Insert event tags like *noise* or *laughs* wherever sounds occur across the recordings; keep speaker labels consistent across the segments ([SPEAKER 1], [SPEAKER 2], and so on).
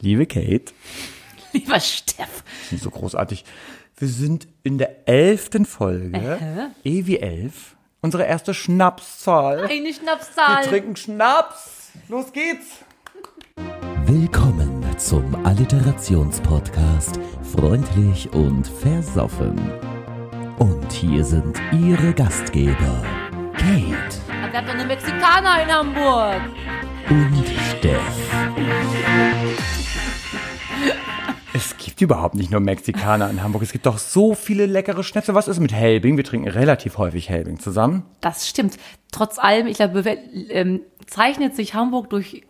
[SPEAKER 1] Liebe Kate,
[SPEAKER 2] *laughs* Lieber Steff.
[SPEAKER 1] das ist so großartig. Wir sind in der elften Folge, eh wie elf, unsere erste Schnapszahl.
[SPEAKER 2] Eine
[SPEAKER 1] Wir
[SPEAKER 2] Schnapszahl.
[SPEAKER 1] trinken Schnaps. Los geht's.
[SPEAKER 3] Willkommen zum Alliterationspodcast Freundlich und Versoffen. Und hier sind Ihre Gastgeber, Kate
[SPEAKER 2] Aber Wir haben doch einen Mexikaner in Hamburg.
[SPEAKER 3] und Steff.
[SPEAKER 1] Es gibt überhaupt nicht nur Mexikaner in Hamburg. Es gibt doch so viele leckere Schnäpse. Was ist mit Helbing? Wir trinken relativ häufig Helbing zusammen.
[SPEAKER 2] Das stimmt. Trotz allem, ich glaube, bewer- ähm, zeichnet sich Hamburg durch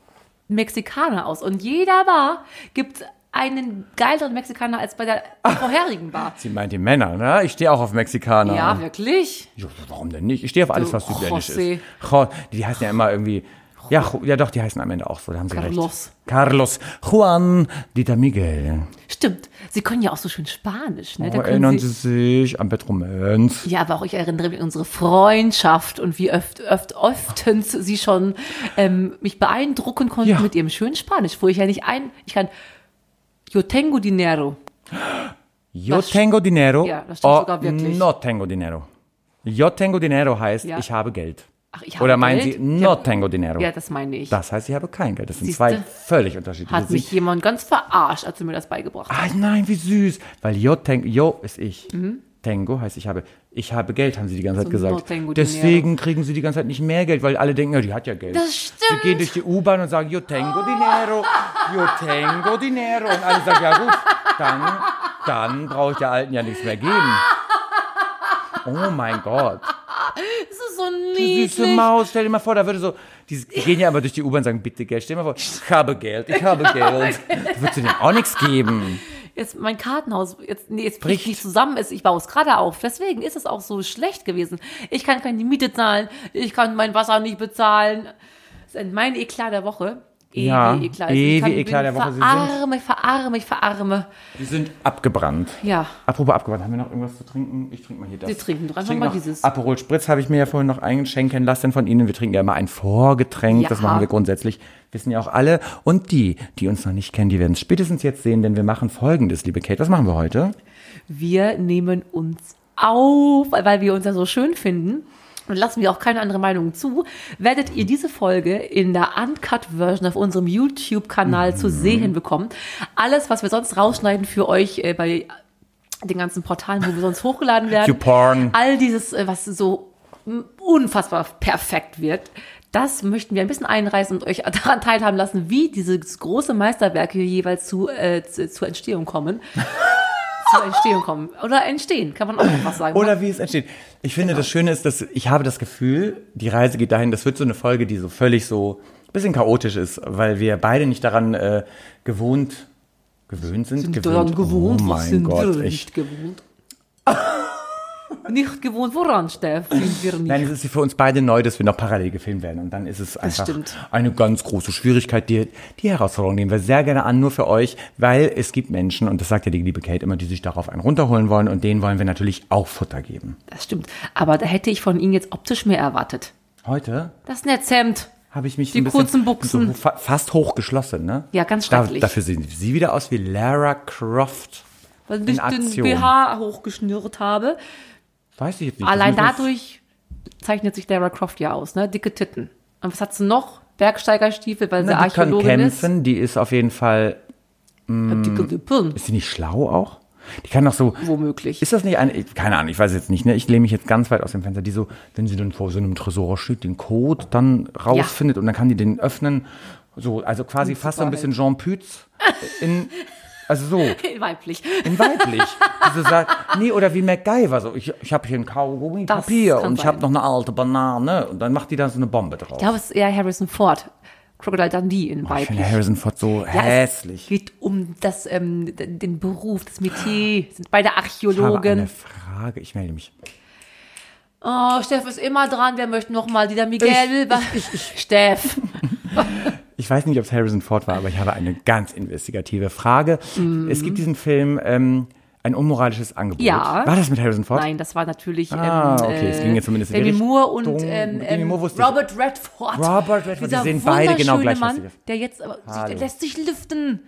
[SPEAKER 2] Mexikaner aus. Und jeder Bar gibt einen geileren Mexikaner als bei der vorherigen Bar.
[SPEAKER 1] Sie meint die Männer, ne? Ich stehe auch auf Mexikaner.
[SPEAKER 2] Ja, wirklich.
[SPEAKER 1] Jo, warum denn nicht? Ich stehe auf alles, was
[SPEAKER 2] Du
[SPEAKER 1] südländisch
[SPEAKER 2] José.
[SPEAKER 1] ist. Jo, die heißen ja immer irgendwie. Ja, Ju- ja, doch, die heißen am Ende auch so, da haben sie
[SPEAKER 2] Carlos.
[SPEAKER 1] recht. Carlos. Juan, Dieter Miguel.
[SPEAKER 2] Stimmt. Sie können ja auch so schön Spanisch, ne? Da
[SPEAKER 1] Wo
[SPEAKER 2] können
[SPEAKER 1] erinnern
[SPEAKER 2] Sie-
[SPEAKER 1] Sie sich an Petromenz?
[SPEAKER 2] Ja, aber auch ich erinnere mich an unsere Freundschaft und wie öft, öft, öftens sie schon ähm, mich beeindrucken konnten
[SPEAKER 1] Ja.
[SPEAKER 2] mit ihrem schönen Spanisch, wo ich ja nicht ein, ich kann Yo tengo dinero.
[SPEAKER 1] Yo
[SPEAKER 2] Das st-
[SPEAKER 1] tengo dinero.
[SPEAKER 2] Ja, das stimmt
[SPEAKER 1] o
[SPEAKER 2] sogar wirklich.
[SPEAKER 1] No tengo dinero. Yo tengo dinero heißt,
[SPEAKER 2] Ja.
[SPEAKER 1] ich habe Geld.
[SPEAKER 2] Ach, ich habe
[SPEAKER 1] Oder meinen
[SPEAKER 2] Geld?
[SPEAKER 1] Sie, no tengo dinero?
[SPEAKER 2] Ja, das meine ich.
[SPEAKER 1] Das heißt, ich habe kein Geld. Das sind
[SPEAKER 2] Siehste?
[SPEAKER 1] zwei völlig unterschiedliche
[SPEAKER 2] Hat mich
[SPEAKER 1] Sinn-
[SPEAKER 2] jemand ganz verarscht, als du mir das beigebracht hast.
[SPEAKER 1] Ah nein, wie süß. Weil yo, ten, yo ist ich. Tengo heißt, ich habe, ich habe Geld, haben sie die ganze Zeit
[SPEAKER 2] So, no
[SPEAKER 1] gesagt.
[SPEAKER 2] tengo
[SPEAKER 1] Deswegen kriegen sie die ganze Zeit nicht mehr Geld, weil alle denken, ja, die hat ja Geld.
[SPEAKER 2] Das stimmt.
[SPEAKER 1] Sie gehen durch die U-Bahn und sagen, yo tengo dinero, yo tengo dinero. Und alle sagen, ja gut, dann, dann brauche ich der Alten ja nichts mehr geben. Oh mein Gott.
[SPEAKER 2] Das ist so
[SPEAKER 1] Die süße
[SPEAKER 2] niedlich.
[SPEAKER 1] Maus, stell dir mal vor, da würde so, die gehen ja immer durch die U-Bahn und sagen, bitte Geld, stell dir mal vor, ich habe Geld, ich
[SPEAKER 2] *laughs*
[SPEAKER 1] habe Geld. Da würdest du denen auch nichts geben.
[SPEAKER 2] Jetzt mein Kartenhaus, jetzt, nee, jetzt
[SPEAKER 1] Bricht.
[SPEAKER 2] bricht nicht zusammen. Es- Ich baue es gerade auf. Deswegen ist es auch so schlecht gewesen. Ich kann keine Miete zahlen. Ich kann mein Wasser nicht bezahlen. Das ist mein Eklat der Woche. Ewi
[SPEAKER 1] Ja,
[SPEAKER 2] Eklat.
[SPEAKER 1] Ewi
[SPEAKER 2] Ich kann-
[SPEAKER 1] Eklat der
[SPEAKER 2] bin
[SPEAKER 1] Woche. Sie sind-
[SPEAKER 2] Verarme, verarme, ich verarme.
[SPEAKER 1] Die sind abgebrannt.
[SPEAKER 2] Ja,
[SPEAKER 1] Apropos abgebrannt, haben wir noch irgendwas zu trinken? Ich trinke mal hier das.
[SPEAKER 2] Wir trinken doch
[SPEAKER 1] Ich
[SPEAKER 2] einfach
[SPEAKER 1] trinke
[SPEAKER 2] mal
[SPEAKER 1] noch
[SPEAKER 2] dieses.
[SPEAKER 1] Aperol Spritz habe ich mir ja vorhin noch eingeschenken lassen von Ihnen. Wir trinken ja immer ein Vorgetränk,
[SPEAKER 2] Ja.
[SPEAKER 1] das machen wir grundsätzlich, wissen ja auch alle. Und die, die uns noch nicht kennen, die werden es spätestens jetzt sehen, denn wir machen Folgendes, liebe Kate. Was machen wir heute?
[SPEAKER 2] wir nehmen uns auf, weil wir uns ja so schön finden. Und lassen wir auch keine andere Meinung zu. Werdet ihr diese Folge in der Uncut-Version auf unserem YouTube-Kanal zu sehen bekommen. Alles, was wir sonst rausschneiden für euch äh, bei den ganzen Portalen, wo wir sonst hochgeladen werden.
[SPEAKER 1] YouPorn.
[SPEAKER 2] All dieses, äh, was so mm, unfassbar perfekt wird, das möchten wir ein bisschen einreißen und euch *laughs* daran teilhaben lassen, wie diese große Meisterwerke jeweils zu, äh, zu, zur Entstehung kommen. zur Entstehung kommen. Oder entstehen, kann man auch noch was sagen.
[SPEAKER 1] Oder wie es entsteht. Ich finde, das Schöne ist, dass ich habe das Gefühl, die Reise geht dahin, das wird so eine Folge, die so völlig so ein bisschen chaotisch ist, weil wir beide nicht daran äh, gewohnt, gewöhnt sind.
[SPEAKER 2] sind daran gewohnt,
[SPEAKER 1] oh
[SPEAKER 2] was
[SPEAKER 1] mein
[SPEAKER 2] sind
[SPEAKER 1] Gott,
[SPEAKER 2] wir
[SPEAKER 1] ich
[SPEAKER 2] nicht gewohnt. nicht gewohnt, woran, Steff? Sind wir nicht.
[SPEAKER 1] Nein, es ist für uns beide neu, dass wir noch parallel gefilmt werden. Und dann ist es einfach
[SPEAKER 2] stimmt.
[SPEAKER 1] eine ganz große Schwierigkeit. Die, die Herausforderung nehmen wir sehr gerne an, nur für euch, weil es gibt Menschen, und das sagt ja die liebe Kate immer, die sich darauf einen runterholen wollen. Und denen wollen wir natürlich auch Futter geben.
[SPEAKER 2] Das stimmt. Aber da hätte ich von Ihnen jetzt optisch mehr erwartet.
[SPEAKER 1] Heute
[SPEAKER 2] Das Netzhemd.
[SPEAKER 1] habe ich mich
[SPEAKER 2] Die
[SPEAKER 1] ein bisschen
[SPEAKER 2] kurzen Buchsen.
[SPEAKER 1] so fa fast hochgeschlossen, ne?
[SPEAKER 2] Ja, ganz
[SPEAKER 1] da,
[SPEAKER 2] schrecklich.
[SPEAKER 1] Dafür sehen sie wieder aus wie Lara Croft.
[SPEAKER 2] Weil
[SPEAKER 1] In
[SPEAKER 2] ich den
[SPEAKER 1] Aktion.
[SPEAKER 2] BH hochgeschnürt habe.
[SPEAKER 1] Weiß ich jetzt nicht. das
[SPEAKER 2] Allein
[SPEAKER 1] müssen wir-
[SPEAKER 2] dadurch zeichnet sich Lara Croft ja aus, ne? Dicke Titten. Und was hat sie noch? Bergsteigerstiefel, weil sie
[SPEAKER 1] Na, die kann
[SPEAKER 2] Archäologin ist.
[SPEAKER 1] kämpfen, die ist auf jeden Fall.
[SPEAKER 2] Dicke Lippen,
[SPEAKER 1] Ist sie nicht schlau auch? Die kann doch so.
[SPEAKER 2] womöglich.
[SPEAKER 1] Ist das nicht eine, ich- keine Ahnung, ich weiß jetzt nicht, ne? Ich lehne mich jetzt ganz weit aus dem Fenster, die so, wenn sie dann vor so einem Tresor steht, den Code dann rausfindet und dann kann die den öffnen. So, also quasi
[SPEAKER 2] Hm,
[SPEAKER 1] fast so ein
[SPEAKER 2] halt.
[SPEAKER 1] bisschen Jean Pütz in, also so,
[SPEAKER 2] *laughs* Weiblich.
[SPEAKER 1] in
[SPEAKER 2] *laughs*
[SPEAKER 1] weiblich. Die so sagt, nee, oder wie MacGyver, so, ich, ich habe hier ein Kaugummi,
[SPEAKER 2] Das
[SPEAKER 1] Papier
[SPEAKER 2] kann
[SPEAKER 1] und ich habe
[SPEAKER 2] sein.
[SPEAKER 1] noch eine alte Banane und dann macht die da so eine Bombe drauf.
[SPEAKER 2] Ich glaube, es ist eher Harrison Ford. Crocodile Dundee in
[SPEAKER 1] ich finde
[SPEAKER 2] weiblich.
[SPEAKER 1] Harrison Ford so
[SPEAKER 2] Ja, Es
[SPEAKER 1] hässlich.
[SPEAKER 2] geht um das, ähm, d- den Beruf, das Metier. Sind beide
[SPEAKER 1] Ich habe eine
[SPEAKER 2] Archäologen.
[SPEAKER 1] Frage, ich melde mich.
[SPEAKER 2] Oh, Steff ist immer dran. Wer möchte nochmal? Dieter Miguel. Steff.
[SPEAKER 1] Ich weiß nicht, ob es Harrison Ford war, aber ich habe eine ganz investigative Frage. Es gibt diesen Film ähm, Ein unmoralisches Angebot.
[SPEAKER 2] Ja.
[SPEAKER 1] War das mit Harrison Ford?
[SPEAKER 2] Nein, das war natürlich.
[SPEAKER 1] Ah,
[SPEAKER 2] ähm,
[SPEAKER 1] okay, es
[SPEAKER 2] äh,
[SPEAKER 1] ging jetzt zumindest in die
[SPEAKER 2] Demi
[SPEAKER 1] Richtung.
[SPEAKER 2] Moore und ähm,
[SPEAKER 1] Demi
[SPEAKER 2] ähm,
[SPEAKER 1] Moore wusste ich.
[SPEAKER 2] Robert Redford.
[SPEAKER 1] Robert Redford, die
[SPEAKER 2] Dieser
[SPEAKER 1] sehen beide genau
[SPEAKER 2] wunderschöne
[SPEAKER 1] gleich
[SPEAKER 2] Mann,
[SPEAKER 1] lustig aus.
[SPEAKER 2] der jetzt aber sich, der
[SPEAKER 1] Hallo.
[SPEAKER 2] lässt sich liften.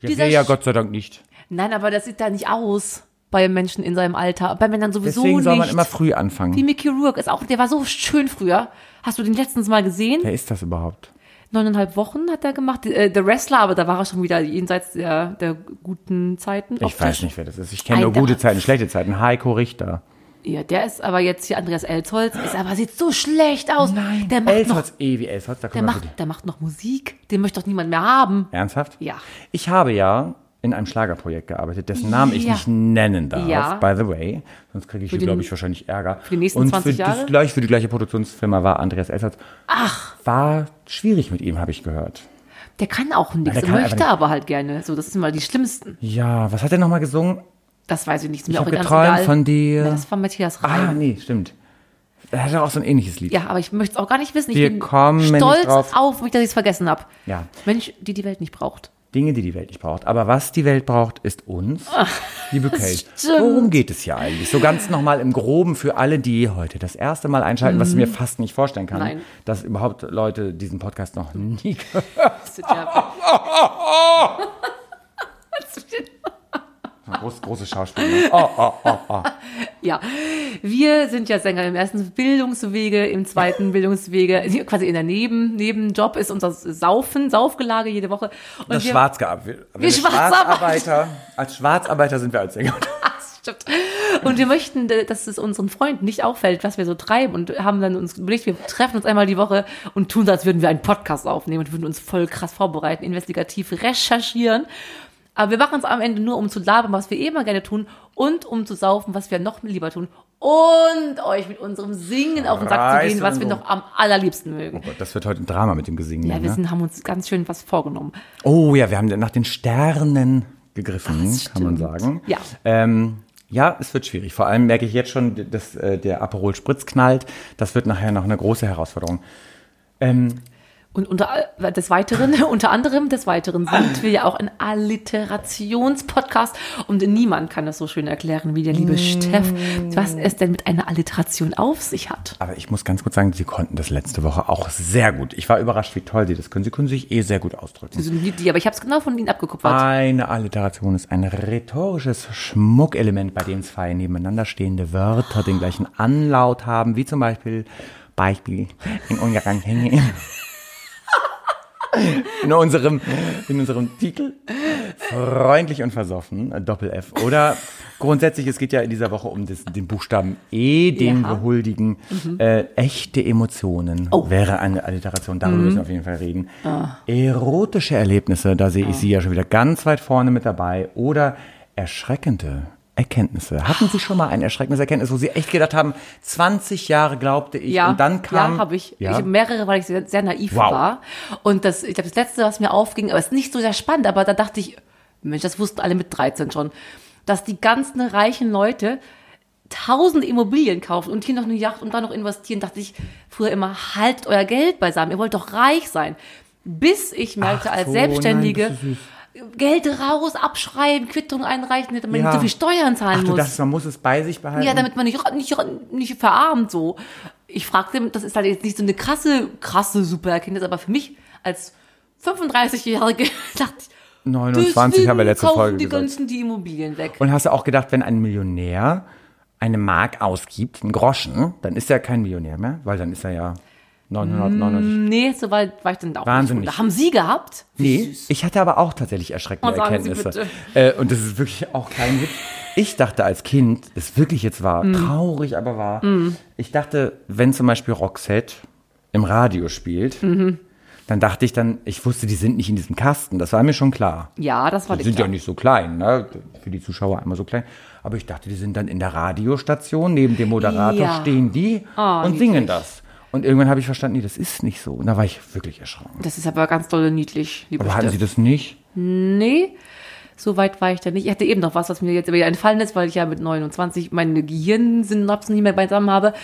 [SPEAKER 1] Ja,
[SPEAKER 2] Dieser
[SPEAKER 1] wir ja
[SPEAKER 2] Sch-
[SPEAKER 1] Gott sei Dank nicht.
[SPEAKER 2] Nein, aber das sieht da nicht aus bei Menschen in seinem Alter. Bei Männern sowieso
[SPEAKER 1] Deswegen
[SPEAKER 2] nicht.
[SPEAKER 1] soll man immer früh
[SPEAKER 2] Die
[SPEAKER 1] anfangen.
[SPEAKER 2] Mickey Rourke ist auch, der war so schön früher. Hast du den letztens mal gesehen?
[SPEAKER 1] Wer ist das überhaupt?
[SPEAKER 2] Neuneinhalb Wochen hat er gemacht. Äh, The Wrestler, aber da war er schon wieder jenseits der, der guten Zeiten.
[SPEAKER 1] Ich weiß nicht, wer das ist. Ich kenne nur
[SPEAKER 2] Alter.
[SPEAKER 1] gute Zeiten, schlechte Zeiten. Heiko Richter.
[SPEAKER 2] Ja, der ist aber jetzt hier Andreas Elsholz, ist aber sieht so schlecht aus. der macht noch,
[SPEAKER 1] Elsholz, eh wie Elsholz, da
[SPEAKER 2] der
[SPEAKER 1] können wir
[SPEAKER 2] macht, der macht noch Musik. Den möchte doch niemand mehr haben.
[SPEAKER 1] Ernsthaft?
[SPEAKER 2] Ja.
[SPEAKER 1] Ich habe ja in einem Schlagerprojekt gearbeitet, dessen Namen ich
[SPEAKER 2] Ja.
[SPEAKER 1] nicht nennen darf,
[SPEAKER 2] Ja.
[SPEAKER 1] by the way. Sonst kriege ich, hier,
[SPEAKER 2] den-
[SPEAKER 1] glaube ich, wahrscheinlich Ärger. Für
[SPEAKER 2] die nächsten
[SPEAKER 1] Und
[SPEAKER 2] 20
[SPEAKER 1] für,
[SPEAKER 2] Jahre?
[SPEAKER 1] Das gleich, für die gleiche Produktionsfirma war Andreas Elsatz. Ach. War schwierig mit ihm, habe ich gehört.
[SPEAKER 2] Der kann auch nichts,
[SPEAKER 1] Der
[SPEAKER 2] der
[SPEAKER 1] kann einfach
[SPEAKER 2] möchte
[SPEAKER 1] nicht.
[SPEAKER 2] aber halt gerne. So, das sind mal die schlimmsten.
[SPEAKER 1] Ja, was hat er nochmal gesungen?
[SPEAKER 2] Das weiß ich nicht. Ist mir
[SPEAKER 1] Ich
[SPEAKER 2] auch
[SPEAKER 1] habe
[SPEAKER 2] ganz
[SPEAKER 1] geträumt
[SPEAKER 2] egal.
[SPEAKER 1] von dir.
[SPEAKER 2] Na, das war Matthias Reim.
[SPEAKER 1] ah, nee, stimmt. Er hatte auch so ein ähnliches Lied.
[SPEAKER 2] Ja, aber ich möchte es auch gar nicht wissen. Ich
[SPEAKER 1] Wir
[SPEAKER 2] bin
[SPEAKER 1] kommen nicht
[SPEAKER 2] stolz
[SPEAKER 1] drauf.
[SPEAKER 2] auf mich, dass ich es vergessen habe.
[SPEAKER 1] Ja.
[SPEAKER 2] Mensch, die die Welt nicht braucht.
[SPEAKER 1] Dinge, die die Welt nicht braucht. Aber was die Welt braucht, ist uns, liebe Kate.
[SPEAKER 2] Ah, stimmt.
[SPEAKER 1] Worum geht es hier eigentlich? So ganz nochmal im Groben für alle, die heute das erste Mal einschalten, was ich mir fast nicht vorstellen kann,
[SPEAKER 2] Mhm. Nein.
[SPEAKER 1] dass überhaupt Leute diesen Podcast noch nie gehört
[SPEAKER 2] Das ist ja- *laughs*
[SPEAKER 1] haben. Groß, große Schauspieler. Oh, oh, oh, oh.
[SPEAKER 2] ja, wir sind ja Sänger im ersten Bildungswege, im zweiten Bildungswege, *laughs* quasi in der Neben Nebenjob ist unser Saufen, Saufgelage jede Woche. Und
[SPEAKER 1] Das
[SPEAKER 2] wir-
[SPEAKER 1] Schwarzgeab. Wir, wir
[SPEAKER 2] Schwarzarbeiter.
[SPEAKER 1] Schwarzarbeiter. Als Schwarzarbeiter sind wir als Sänger. Oh
[SPEAKER 2] Stimmt. Und wir möchten, äh, dass es unseren Freunden nicht auffällt, was wir so treiben und haben dann uns überlegt, wir treffen uns einmal die Woche und tun so, als würden wir einen Podcast aufnehmen und würden uns voll krass vorbereiten, investigativ recherchieren. Aber wir machen es am Ende nur, um zu labern, was wir eh immer gerne tun und um zu saufen, was wir noch lieber tun und euch mit unserem Singen auf den Sack zu gehen, was wir noch am allerliebsten mögen.
[SPEAKER 1] Oh Gott, das wird heute ein Drama mit dem Gesingen.
[SPEAKER 2] Ja, wir
[SPEAKER 1] ne?
[SPEAKER 2] sind, haben uns ganz schön was vorgenommen.
[SPEAKER 1] Oh ja, wir haben nach den Sternen gegriffen, kann man sagen.
[SPEAKER 2] Ja.
[SPEAKER 1] Ähm, ja, es wird schwierig. Vor allem merke ich jetzt schon, dass äh, der Aperol Spritz knallt. Das wird nachher noch eine große Herausforderung. Ähm,
[SPEAKER 2] Und unter, des Weiteren, *laughs* unter anderem des Weiteren sind wir ja auch ein Alliterationspodcast. Und niemand kann das so schön erklären wie der liebe Steff, was es denn mit einer Alliteration auf sich hat.
[SPEAKER 1] Aber ich muss ganz kurz sagen, Sie konnten das letzte Woche auch sehr gut. Ich war überrascht, wie toll Sie das können. Sie können sich eh sehr gut ausdrücken.
[SPEAKER 2] Also die- die- Aber ich habe es genau von Ihnen abgekupfert.
[SPEAKER 1] Eine Alliteration ist ein rhetorisches Schmuckelement, bei dem zwei nebeneinander stehende Wörter den gleichen Anlaut haben, wie zum Beispiel Beispiel in unserem in unserem in unserem Titel freundlich und versoffen äh, Doppel F oder grundsätzlich es geht ja in dieser Woche um das, den Buchstaben E, den
[SPEAKER 2] Ja. Mhm. Oh.
[SPEAKER 1] wir huldigen. Äh, echte Emotionen wäre eine Alliteration. Darüber
[SPEAKER 2] Mhm.
[SPEAKER 1] müssen wir auf jeden Fall reden.
[SPEAKER 2] Ah.
[SPEAKER 1] Erotische Erlebnisse, da sehe ich Sie ja schon wieder ganz weit vorne mit dabei. Oder erschreckende Erkenntnisse. Hatten Sie schon mal ein erschreckendes Erkenntnis, wo Sie echt gedacht haben, 20 Jahre glaubte ich
[SPEAKER 2] Ja,
[SPEAKER 1] und dann kam...
[SPEAKER 2] ja, habe ich.
[SPEAKER 1] Ja?
[SPEAKER 2] Ich habe mehrere, weil ich sehr, sehr naiv
[SPEAKER 1] Wow.
[SPEAKER 2] war. Und das, ich glaube, das letzte, was mir aufging, aber es ist nicht so sehr spannend, aber da dachte ich, Mensch, das wussten alle mit 13 schon, dass die ganzen reichen Leute tausende Immobilien kaufen und hier noch eine Yacht und da noch investieren, dachte ich früher immer, haltet euer Geld beisammen, ihr wollt doch reich sein. Bis ich merkte
[SPEAKER 1] Ach
[SPEAKER 2] als
[SPEAKER 1] so,
[SPEAKER 2] Selbstständige,
[SPEAKER 1] nein, bist du süß.
[SPEAKER 2] Geld raus, abschreiben, Quittung einreichen, damit man
[SPEAKER 1] Ja.
[SPEAKER 2] nicht so viel Steuern zahlen
[SPEAKER 1] Ach, du
[SPEAKER 2] muss.
[SPEAKER 1] dachtest, man muss es bei sich behalten?
[SPEAKER 2] Ja, damit man nicht, nicht, nicht verarmt so. Ich fragte, das ist halt jetzt nicht so eine krasse, krasse Supererkenntnis, aber für mich als 35-Jährige *laughs* dachte ich,
[SPEAKER 1] 29 haben wir
[SPEAKER 2] deswegen
[SPEAKER 1] letzte
[SPEAKER 2] kaufen
[SPEAKER 1] Folge
[SPEAKER 2] die
[SPEAKER 1] gesagt.
[SPEAKER 2] ganzen die Immobilien weg.
[SPEAKER 1] Und hast du auch gedacht, wenn ein Millionär eine Mark ausgibt, einen Groschen, dann ist er kein Millionär mehr, weil dann ist er ja 999.
[SPEAKER 2] nee, so weit war ich dann auch
[SPEAKER 1] Wahnsinn
[SPEAKER 2] nicht.
[SPEAKER 1] nicht.
[SPEAKER 2] Haben Sie gehabt?
[SPEAKER 1] Nee, ich hatte aber auch tatsächlich erschreckende
[SPEAKER 2] Oh, sagen Sie
[SPEAKER 1] Erkenntnisse. Äh, und das ist wirklich auch kein Witz. Ich dachte als Kind, das wirklich jetzt war,
[SPEAKER 2] Mm.
[SPEAKER 1] traurig aber war, ich dachte, wenn zum Beispiel Roxette im Radio spielt,
[SPEAKER 2] Mhm.
[SPEAKER 1] dann dachte ich dann, ich wusste, die sind nicht in diesem Kasten, das war mir schon klar.
[SPEAKER 2] Ja, das war
[SPEAKER 1] Die
[SPEAKER 2] die
[SPEAKER 1] sind ja nicht so klein, ne? für die Zuschauer einmal so klein. Aber ich dachte, die sind dann in der Radiostation, neben dem Moderator
[SPEAKER 2] Ja. Oh,
[SPEAKER 1] stehen die und singen das. Und irgendwann habe ich verstanden, nee, das ist nicht so. Und da war ich wirklich erschrocken.
[SPEAKER 2] Das ist aber ganz doll niedlich, liebe
[SPEAKER 1] Aber hatten
[SPEAKER 2] Steff.
[SPEAKER 1] Sie das nicht?
[SPEAKER 2] Nee, so weit war ich da nicht. Ich hatte eben noch was, was mir jetzt wieder entfallen ist, weil ich ja mit 29 meine Gehirnsynapsen nicht mehr beisammen habe.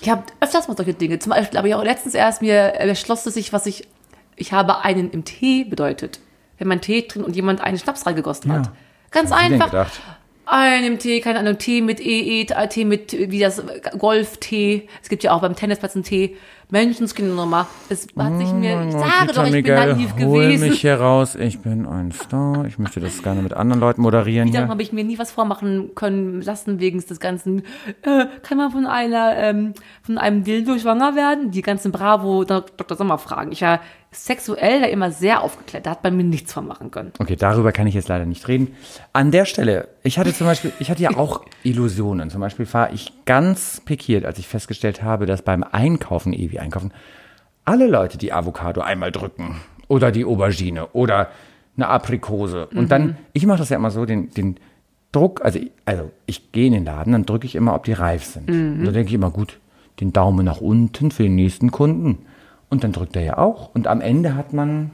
[SPEAKER 2] Ich habe öfters mal solche Dinge. Zum Beispiel habe ich auch letztens erst mir erschloss es sich, was ich, ich habe einen im Tee bedeutet. Wenn man Tee trinkt und jemand einen Schnaps reingegossen hat.
[SPEAKER 1] Haben
[SPEAKER 2] Ganz
[SPEAKER 1] Sie denn
[SPEAKER 2] einfach.
[SPEAKER 1] gedacht?
[SPEAKER 2] einem Tee, keine Ahnung, Tee mit EE, Tee mit, wie das, Golf-Tee. Es gibt ja auch beim Tennisplatz einen Tee. Menschenskinder-Nummer. Es hat sich mir, ich sage doch, ich bin naiv
[SPEAKER 1] Mm, Oh, hol
[SPEAKER 2] gewesen.
[SPEAKER 1] mich hier raus. Ich bin ein Star. Ich möchte das gerne mit anderen Leuten moderieren
[SPEAKER 2] Darum
[SPEAKER 1] hier.
[SPEAKER 2] habe ich mir nie was vormachen können lassen wegen des ganzen. Äh, kann man von einer ähm, von einem Dildo schwanger werden? Die ganzen Bravo Dok- Dr. Sommer fragen. Ich war sexuell da immer sehr aufgeklärt. Da hat man mir nichts vormachen können.
[SPEAKER 1] Okay, darüber kann ich jetzt leider nicht reden. An der Stelle, ich hatte zum Beispiel, ich hatte ja auch Illusionen. Zum Beispiel war ich ganz pikiert, als ich festgestellt habe, dass beim Einkaufen, eh wie einkaufen, alle Leute die Avocado einmal drücken oder die Aubergine oder eine Aprikose. Und dann, ich mache das ja immer so, den, den Druck, also, ich- also ich gehe in den Laden, dann drücke ich immer, ob die reif sind. Und dann denke ich immer, gut, den Daumen nach unten für den nächsten Kunden. Und dann drückt er ja auch. Und am Ende hat man,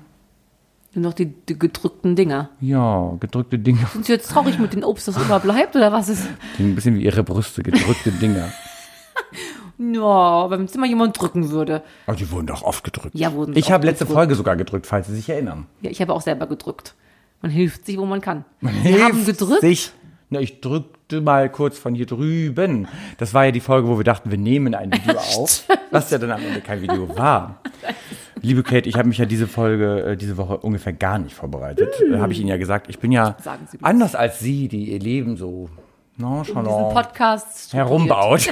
[SPEAKER 2] Nur noch die, die gedrückten Dinger.
[SPEAKER 1] ja, gedrückte Dinge
[SPEAKER 2] Sind Sie jetzt traurig mit den Obst, das überbleibt oder was ist?
[SPEAKER 1] Klingt ein bisschen wie ihre Brüste, gedrückte Dinger.
[SPEAKER 2] Ja, wenn es immer jemand drücken würde.
[SPEAKER 1] *laughs* Aber die wurden doch oft gedrückt.
[SPEAKER 2] Ja, wurden
[SPEAKER 1] ich
[SPEAKER 2] oft
[SPEAKER 1] habe letzte
[SPEAKER 2] gedrückt.
[SPEAKER 1] Folge sogar gedrückt, falls Sie sich erinnern.
[SPEAKER 2] Ja, ich habe auch selber gedrückt. Man hilft sich, wo man kann. Wir haben
[SPEAKER 1] Hilft
[SPEAKER 2] gedrückt.
[SPEAKER 1] Sich. Na, ich drückte mal kurz von hier drüben. Das war ja die Folge, wo wir dachten, wir nehmen ein Video auf, was ja dann am Ende kein Video war. Liebe Kate, ich habe mich ja diese Folge, äh, diese Woche ungefähr gar nicht vorbereitet. Äh, Habe ich Ihnen ja gesagt. Ich bin ja
[SPEAKER 2] Hm. Sagen Sie mir.
[SPEAKER 1] anders als Sie, die ihr Leben so ne,
[SPEAKER 2] Diesen
[SPEAKER 1] nonchalant *laughs*
[SPEAKER 2] Podcast
[SPEAKER 1] herumbaut.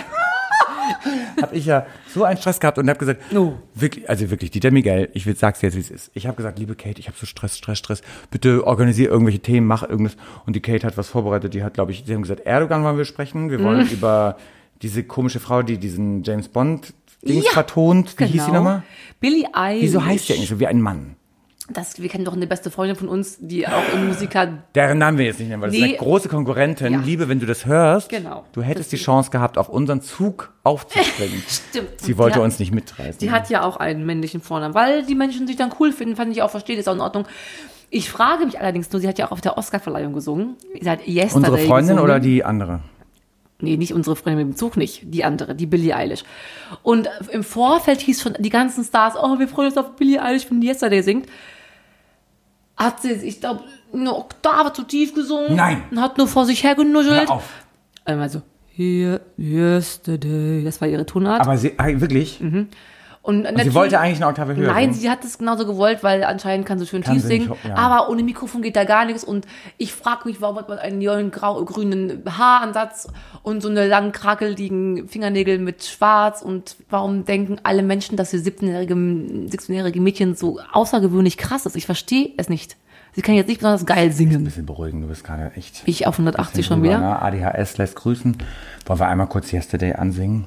[SPEAKER 1] habe ich ja so einen Stress gehabt und habe gesagt,
[SPEAKER 2] No.
[SPEAKER 1] wirklich, also wirklich, Dieter Miguel, ich will- sag's dir jetzt, wie es ist. Ich habe gesagt, liebe Kate, ich habe so Stress, Stress, Stress. Bitte organisiere irgendwelche Themen, mach irgendwas. Und die Kate hat was vorbereitet. Die hat, glaube ich, sie haben gesagt, Erdogan wollen wir sprechen. Wir
[SPEAKER 2] Mhm.
[SPEAKER 1] wollen über diese komische Frau, die diesen James Bond Dings
[SPEAKER 2] Ja, genau.
[SPEAKER 1] vertont. Wie hieß sie nochmal?
[SPEAKER 2] Billy Eilish.
[SPEAKER 1] Wieso heißt sie eigentlich so wie ein Mann?
[SPEAKER 2] das, wir kennen doch eine beste Freundin von uns, die auch im Musiker.
[SPEAKER 1] Deren Namen wir jetzt nicht nennen, weil das
[SPEAKER 2] Nee.
[SPEAKER 1] ist eine große Konkurrentin.
[SPEAKER 2] Ja.
[SPEAKER 1] Liebe, wenn du das hörst,
[SPEAKER 2] Genau.
[SPEAKER 1] du hättest die Chance gehabt, auf unseren Zug
[SPEAKER 2] *laughs*
[SPEAKER 1] aufzuspringen.
[SPEAKER 2] Stimmt.
[SPEAKER 1] Sie wollte
[SPEAKER 2] die
[SPEAKER 1] uns
[SPEAKER 2] Hat,
[SPEAKER 1] nicht mitreißen.
[SPEAKER 2] die hat ja auch einen männlichen Vornamen, weil die Menschen sich dann cool finden, fand ich auch verstehe, ist auch in Ordnung. Ich frage mich allerdings nur, sie hat ja auch auf der Oscarverleihung gesungen. Sie hat Yesterday
[SPEAKER 1] Unsere Freundin
[SPEAKER 2] gesungen.
[SPEAKER 1] oder die andere?
[SPEAKER 2] Nee, nicht unsere Freundin mit dem Zug, nicht die andere, die Billie Eilish. Und im Vorfeld hieß schon die ganzen Stars, oh, wir freuen uns auf Billie Eilish, wenn die Yesterday singt. Hat sie, ich glaube, eine Oktave zu tief gesungen.
[SPEAKER 1] Nein.
[SPEAKER 2] Und hat nur vor sich hergenuschelt.
[SPEAKER 1] Hör auf.
[SPEAKER 2] Einmal so, Ähm, also, here, yesterday. Das war ihre Tonart.
[SPEAKER 1] Aber sie, ah, wirklich?
[SPEAKER 2] und
[SPEAKER 1] Sie
[SPEAKER 2] natürlich-
[SPEAKER 1] wollte eigentlich eine Oktave höher.
[SPEAKER 2] Nein,
[SPEAKER 1] singen.
[SPEAKER 2] sie hat es genauso gewollt, weil anscheinend kann sie schön
[SPEAKER 1] Kann
[SPEAKER 2] tief
[SPEAKER 1] sie nicht,
[SPEAKER 2] singen.
[SPEAKER 1] ja.
[SPEAKER 2] Aber ohne Mikrofon geht da gar nichts. Und ich frage mich, warum hat man einen neuen grau, grünen Haaransatz und so eine langen, krakeligen Fingernägel mit Schwarz? Und warum denken alle Menschen, dass die 17-jährige 17-jährige Mädchen so außergewöhnlich krass ist? Ich verstehe es nicht. Sie kann jetzt nicht besonders geil
[SPEAKER 1] Ein
[SPEAKER 2] singen.
[SPEAKER 1] bisschen beruhigen, du bist gerade echt.
[SPEAKER 2] Ich auf 180 schon
[SPEAKER 1] drüber,
[SPEAKER 2] wieder.
[SPEAKER 1] ne? ADHS lässt grüßen. Wollen wir einmal kurz Yesterday ansingen?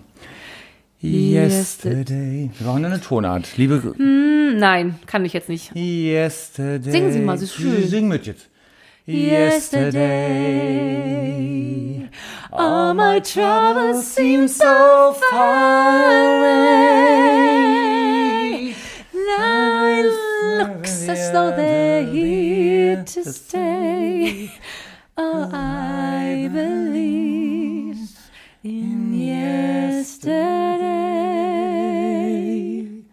[SPEAKER 2] Yesterday.
[SPEAKER 1] Yesterday. Wir brauchen eine Tonart. Liebe. Gr-
[SPEAKER 2] Hm, Nein, kann ich jetzt nicht.
[SPEAKER 1] Yesterday.
[SPEAKER 2] Singen Sie mal, sie ist schön.
[SPEAKER 1] Sing mit jetzt.
[SPEAKER 2] Yesterday. All
[SPEAKER 1] my troubles seem so far away.
[SPEAKER 2] Now it looks as though they're here to stay. Oh, I believe in yesterday.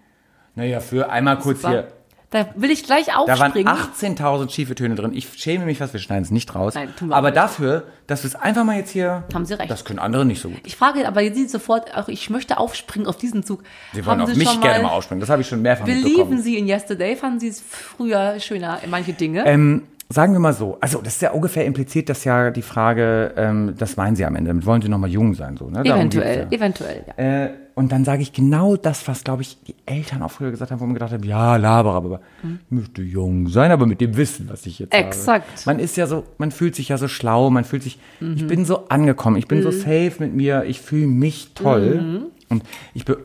[SPEAKER 1] Naja, für einmal kurz hier.
[SPEAKER 2] Da will ich gleich
[SPEAKER 1] Da waren
[SPEAKER 2] aufspringen.
[SPEAKER 1] 18.000 schiefe Töne drin. Ich schäme mich fast, wir schneiden es nicht raus.
[SPEAKER 2] Nein, tun wir
[SPEAKER 1] Aber
[SPEAKER 2] auch nicht.
[SPEAKER 1] dafür, dass wir es einfach mal jetzt hier.
[SPEAKER 2] Haben Sie recht.
[SPEAKER 1] Das können andere nicht so gut.
[SPEAKER 2] Ich frage aber Sie sofort, auch ich möchte aufspringen auf diesen Zug.
[SPEAKER 1] Sie wollen
[SPEAKER 2] Haben
[SPEAKER 1] auf
[SPEAKER 2] Sie
[SPEAKER 1] mich
[SPEAKER 2] schon
[SPEAKER 1] gerne mal aufspringen. Das habe ich schon mehrfach
[SPEAKER 2] Belieben
[SPEAKER 1] mitbekommen.
[SPEAKER 2] Sie in Yesterday? Fanden Sie es früher schöner, manche Dinge?
[SPEAKER 1] Ähm, sagen wir mal so. Also, das ist ja ungefähr impliziert, dass ja die Frage, ähm, das meinen Sie am Ende. Damit wollen Sie nochmal jung sein, so, ne? Darum geht's
[SPEAKER 2] eventuell,
[SPEAKER 1] Ja.
[SPEAKER 2] eventuell, ja.
[SPEAKER 1] Äh, und dann sage ich genau das, was, glaube ich, die Eltern auch früher gesagt haben, wo man gedacht hat, ja, laber, aber ich möchte jung sein, aber mit dem Wissen, was ich jetzt habe.
[SPEAKER 2] Exakt.
[SPEAKER 1] Man ist ja so, man fühlt sich ja so schlau, man fühlt sich, ich bin so angekommen, ich bin so safe mit mir, ich fühle mich toll. Und ich be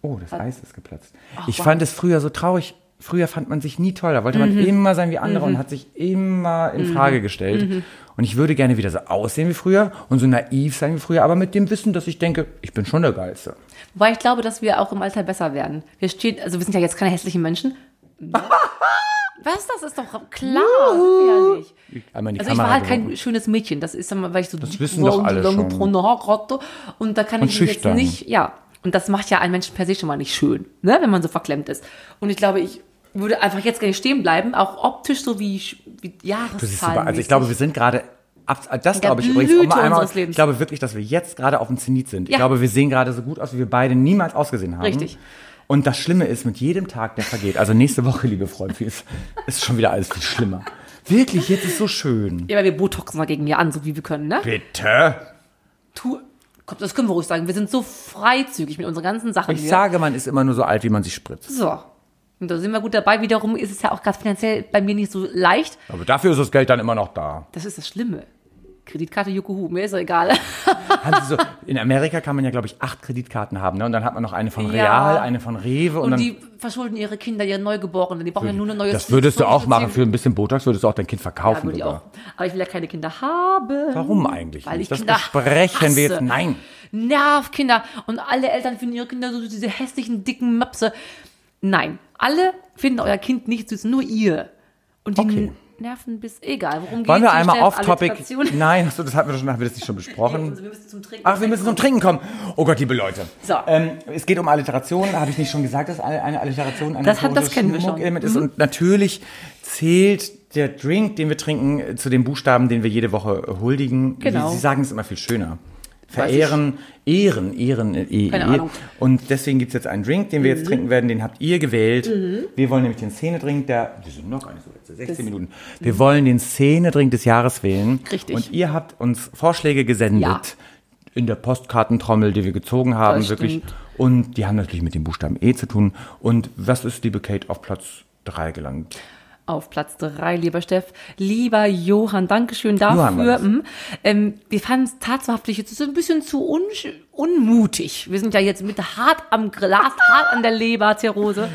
[SPEAKER 1] Oh, das Eis ist geplatzt. ich fand es früher so traurig. Früher fand man sich nie toll, da wollte man immer sein wie andere und hat sich immer in Frage gestellt. Und ich würde gerne wieder so aussehen wie früher und so naiv sein wie früher, aber mit dem Wissen, dass ich denke, ich bin schon der Geilste.
[SPEAKER 2] Wobei ich glaube, dass wir auch im Alter besser werden. Wir stehen, also wir sind ja jetzt keine hässlichen
[SPEAKER 1] *laughs*
[SPEAKER 2] Menschen. Was? Das ist doch klar. Ja nicht.
[SPEAKER 1] Einmal in die
[SPEAKER 2] Also ich war
[SPEAKER 1] Kamera
[SPEAKER 2] halt
[SPEAKER 1] geworfen.
[SPEAKER 2] kein schönes Mädchen. Das ist dann, weil ich so das
[SPEAKER 1] wissen doch alle schon.
[SPEAKER 2] und da kann
[SPEAKER 1] Und
[SPEAKER 2] ich mich jetzt
[SPEAKER 1] schüchtern.
[SPEAKER 2] nicht, ja. Und das macht ja einen Menschen per se schon mal nicht schön, ne, wenn man so verklemmt ist. Und ich glaube, ich würde einfach jetzt gerne stehen bleiben, auch optisch so wie, ich- wie
[SPEAKER 1] Du siehst super.
[SPEAKER 2] Jahreszahlen.
[SPEAKER 1] Also ich glaube, wir sind gerade abs- das glaube ich übrigens
[SPEAKER 2] Blüte
[SPEAKER 1] auch mal einmal.
[SPEAKER 2] unseres Lebens.
[SPEAKER 1] Ich glaube wirklich, dass wir jetzt gerade auf dem Zenit sind. Ich
[SPEAKER 2] Ja.
[SPEAKER 1] glaube, wir sehen gerade so gut aus, wie wir beide niemals ausgesehen haben.
[SPEAKER 2] Richtig.
[SPEAKER 1] Und das Schlimme ist, mit jedem Tag, der vergeht, also nächste Woche, liebe Freunde, ist, ist schon wieder alles viel schlimmer. Wirklich, jetzt ist so schön.
[SPEAKER 2] Ja, weil wir Botoxen dagegen ja an, so wie wir können, ne?
[SPEAKER 1] Bitte.
[SPEAKER 2] Tu, komm, das können wir ruhig sagen. Wir sind so freizügig mit unseren ganzen Sachen.
[SPEAKER 1] Ich
[SPEAKER 2] hier.
[SPEAKER 1] sage, man ist immer nur so alt, wie man sich spritzt.
[SPEAKER 2] So. Und da sind wir gut dabei. Wiederum ist es ja auch gerade finanziell bei mir nicht so leicht.
[SPEAKER 1] Aber dafür ist das Geld dann immer noch da.
[SPEAKER 2] Das ist das Schlimme. Kreditkarte Jukuhu, mir ist doch egal.
[SPEAKER 1] Haben Sie so, in Amerika kann man ja, glaube ich, acht Kreditkarten haben. Ne? Und dann hat man noch eine von
[SPEAKER 2] Ja.
[SPEAKER 1] Real, eine von Rewe. Und,
[SPEAKER 2] Und
[SPEAKER 1] dann,
[SPEAKER 2] die verschulden ihre Kinder, ihre Neugeborenen. Die brauchen ja nur eine neue
[SPEAKER 1] das würdest du auch machen. Für ein bisschen Botox würdest du auch dein Kind
[SPEAKER 2] Ja,
[SPEAKER 1] verkaufen.
[SPEAKER 2] würde ich
[SPEAKER 1] sogar.
[SPEAKER 2] auch. Aber ich will ja keine Kinder haben.
[SPEAKER 1] Warum eigentlich
[SPEAKER 2] Weil ich
[SPEAKER 1] nicht? Das
[SPEAKER 2] Kinder
[SPEAKER 1] besprechen wir jetzt.
[SPEAKER 2] hasse.
[SPEAKER 1] Nein.
[SPEAKER 2] Nerv, Kinder. Und alle Eltern finden ihre Kinder so diese hässlichen, dicken Möpse. Nein, alle finden euer Kind nicht süß, nur ihr. Und die
[SPEAKER 1] Okay.
[SPEAKER 2] nerven bis egal. Worum
[SPEAKER 1] Wollen
[SPEAKER 2] geht's?
[SPEAKER 1] wir einmal
[SPEAKER 2] Hier
[SPEAKER 1] off-topic?
[SPEAKER 2] Alliteration. *laughs*
[SPEAKER 1] Nein, achso, das hatten wir doch schon, haben wir das nicht schon
[SPEAKER 2] Also
[SPEAKER 1] besprochen?
[SPEAKER 2] wir müssen zum Trinken.
[SPEAKER 1] Ach, wir müssen zum Trinken kommen. Oh Gott, liebe Leute.
[SPEAKER 2] So.
[SPEAKER 1] Ähm, es geht um Alliteration. Habe ich nicht schon gesagt, dass eine eine Alliteration ein
[SPEAKER 2] Das hat- das
[SPEAKER 1] rhetorisches
[SPEAKER 2] kennen wir schon. Mhm.
[SPEAKER 1] Schmuckelement ist? Und natürlich zählt der Drink, den wir trinken, äh, zu den Buchstaben, den wir jede Woche äh, huldigen.
[SPEAKER 2] Genau.
[SPEAKER 1] Sie, Sie sagen es immer viel schöner. Verehren, Ehren, Ehren, äh, eh,
[SPEAKER 2] Keine
[SPEAKER 1] eh.
[SPEAKER 2] Ahnung. Mhm.
[SPEAKER 1] Und deswegen gibt es jetzt einen Drink, den wir jetzt trinken werden, den habt ihr gewählt. Wir wollen nämlich den Szene-Drink der. Wir sind noch gar nicht so weit, 16 Minuten. Wir wollen den Szene-Drink des Jahres wählen.
[SPEAKER 2] Richtig.
[SPEAKER 1] Und ihr habt uns Vorschläge gesendet.
[SPEAKER 2] Ja.
[SPEAKER 1] In der Postkartentrommel, die wir gezogen haben,
[SPEAKER 2] Das
[SPEAKER 1] wirklich.
[SPEAKER 2] stimmt.
[SPEAKER 1] Und die haben natürlich mit dem Buchstaben E zu tun. Und was ist, liebe Kate, auf Platz 3 gelangt?
[SPEAKER 2] Auf Platz drei, lieber Steff. Lieber Johann, Dankeschön
[SPEAKER 1] Johann war
[SPEAKER 2] dafür.
[SPEAKER 1] das.
[SPEAKER 2] Mhm. ähm, wir fanden es tatsächlich jetzt so ein bisschen zu un unmutig. Wir sind ja jetzt mit hart am Glas, hart an der Leber, Zirrhose.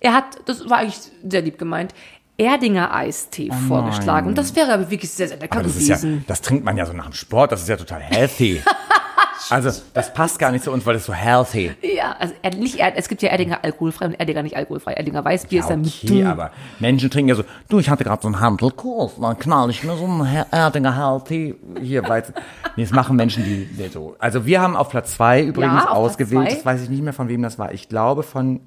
[SPEAKER 2] Er hat, das war eigentlich sehr lieb gemeint, Erdinger Eistee vorgeschlagen. Und das wäre aber wirklich sehr, sehr lecker
[SPEAKER 1] Oh Aber Also das ist ja,
[SPEAKER 2] gewesen.
[SPEAKER 1] das trinkt man ja so nach dem Sport, das ist ja total
[SPEAKER 2] *laughs*
[SPEAKER 1] healthy. also, das passt gar nicht zu uns, weil das so healthy.
[SPEAKER 2] Ja, also er- nicht, er- es gibt ja Erdinger alkoholfrei und Erdinger nicht alkoholfrei. Erdinger Weißbier ist ja mit
[SPEAKER 1] okay, aber Menschen trinken ja so, du, ich hatte gerade so einen Handelkurs, dann knall ich mir so einen Her- Erdinger Healthy hier Weizen. Nee, das machen Menschen, die die so. Also wir haben auf Platz zwei übrigens
[SPEAKER 2] auf Platz
[SPEAKER 1] ausgewählt,
[SPEAKER 2] zwei?
[SPEAKER 1] das weiß ich nicht mehr, von wem das war. Ich glaube von,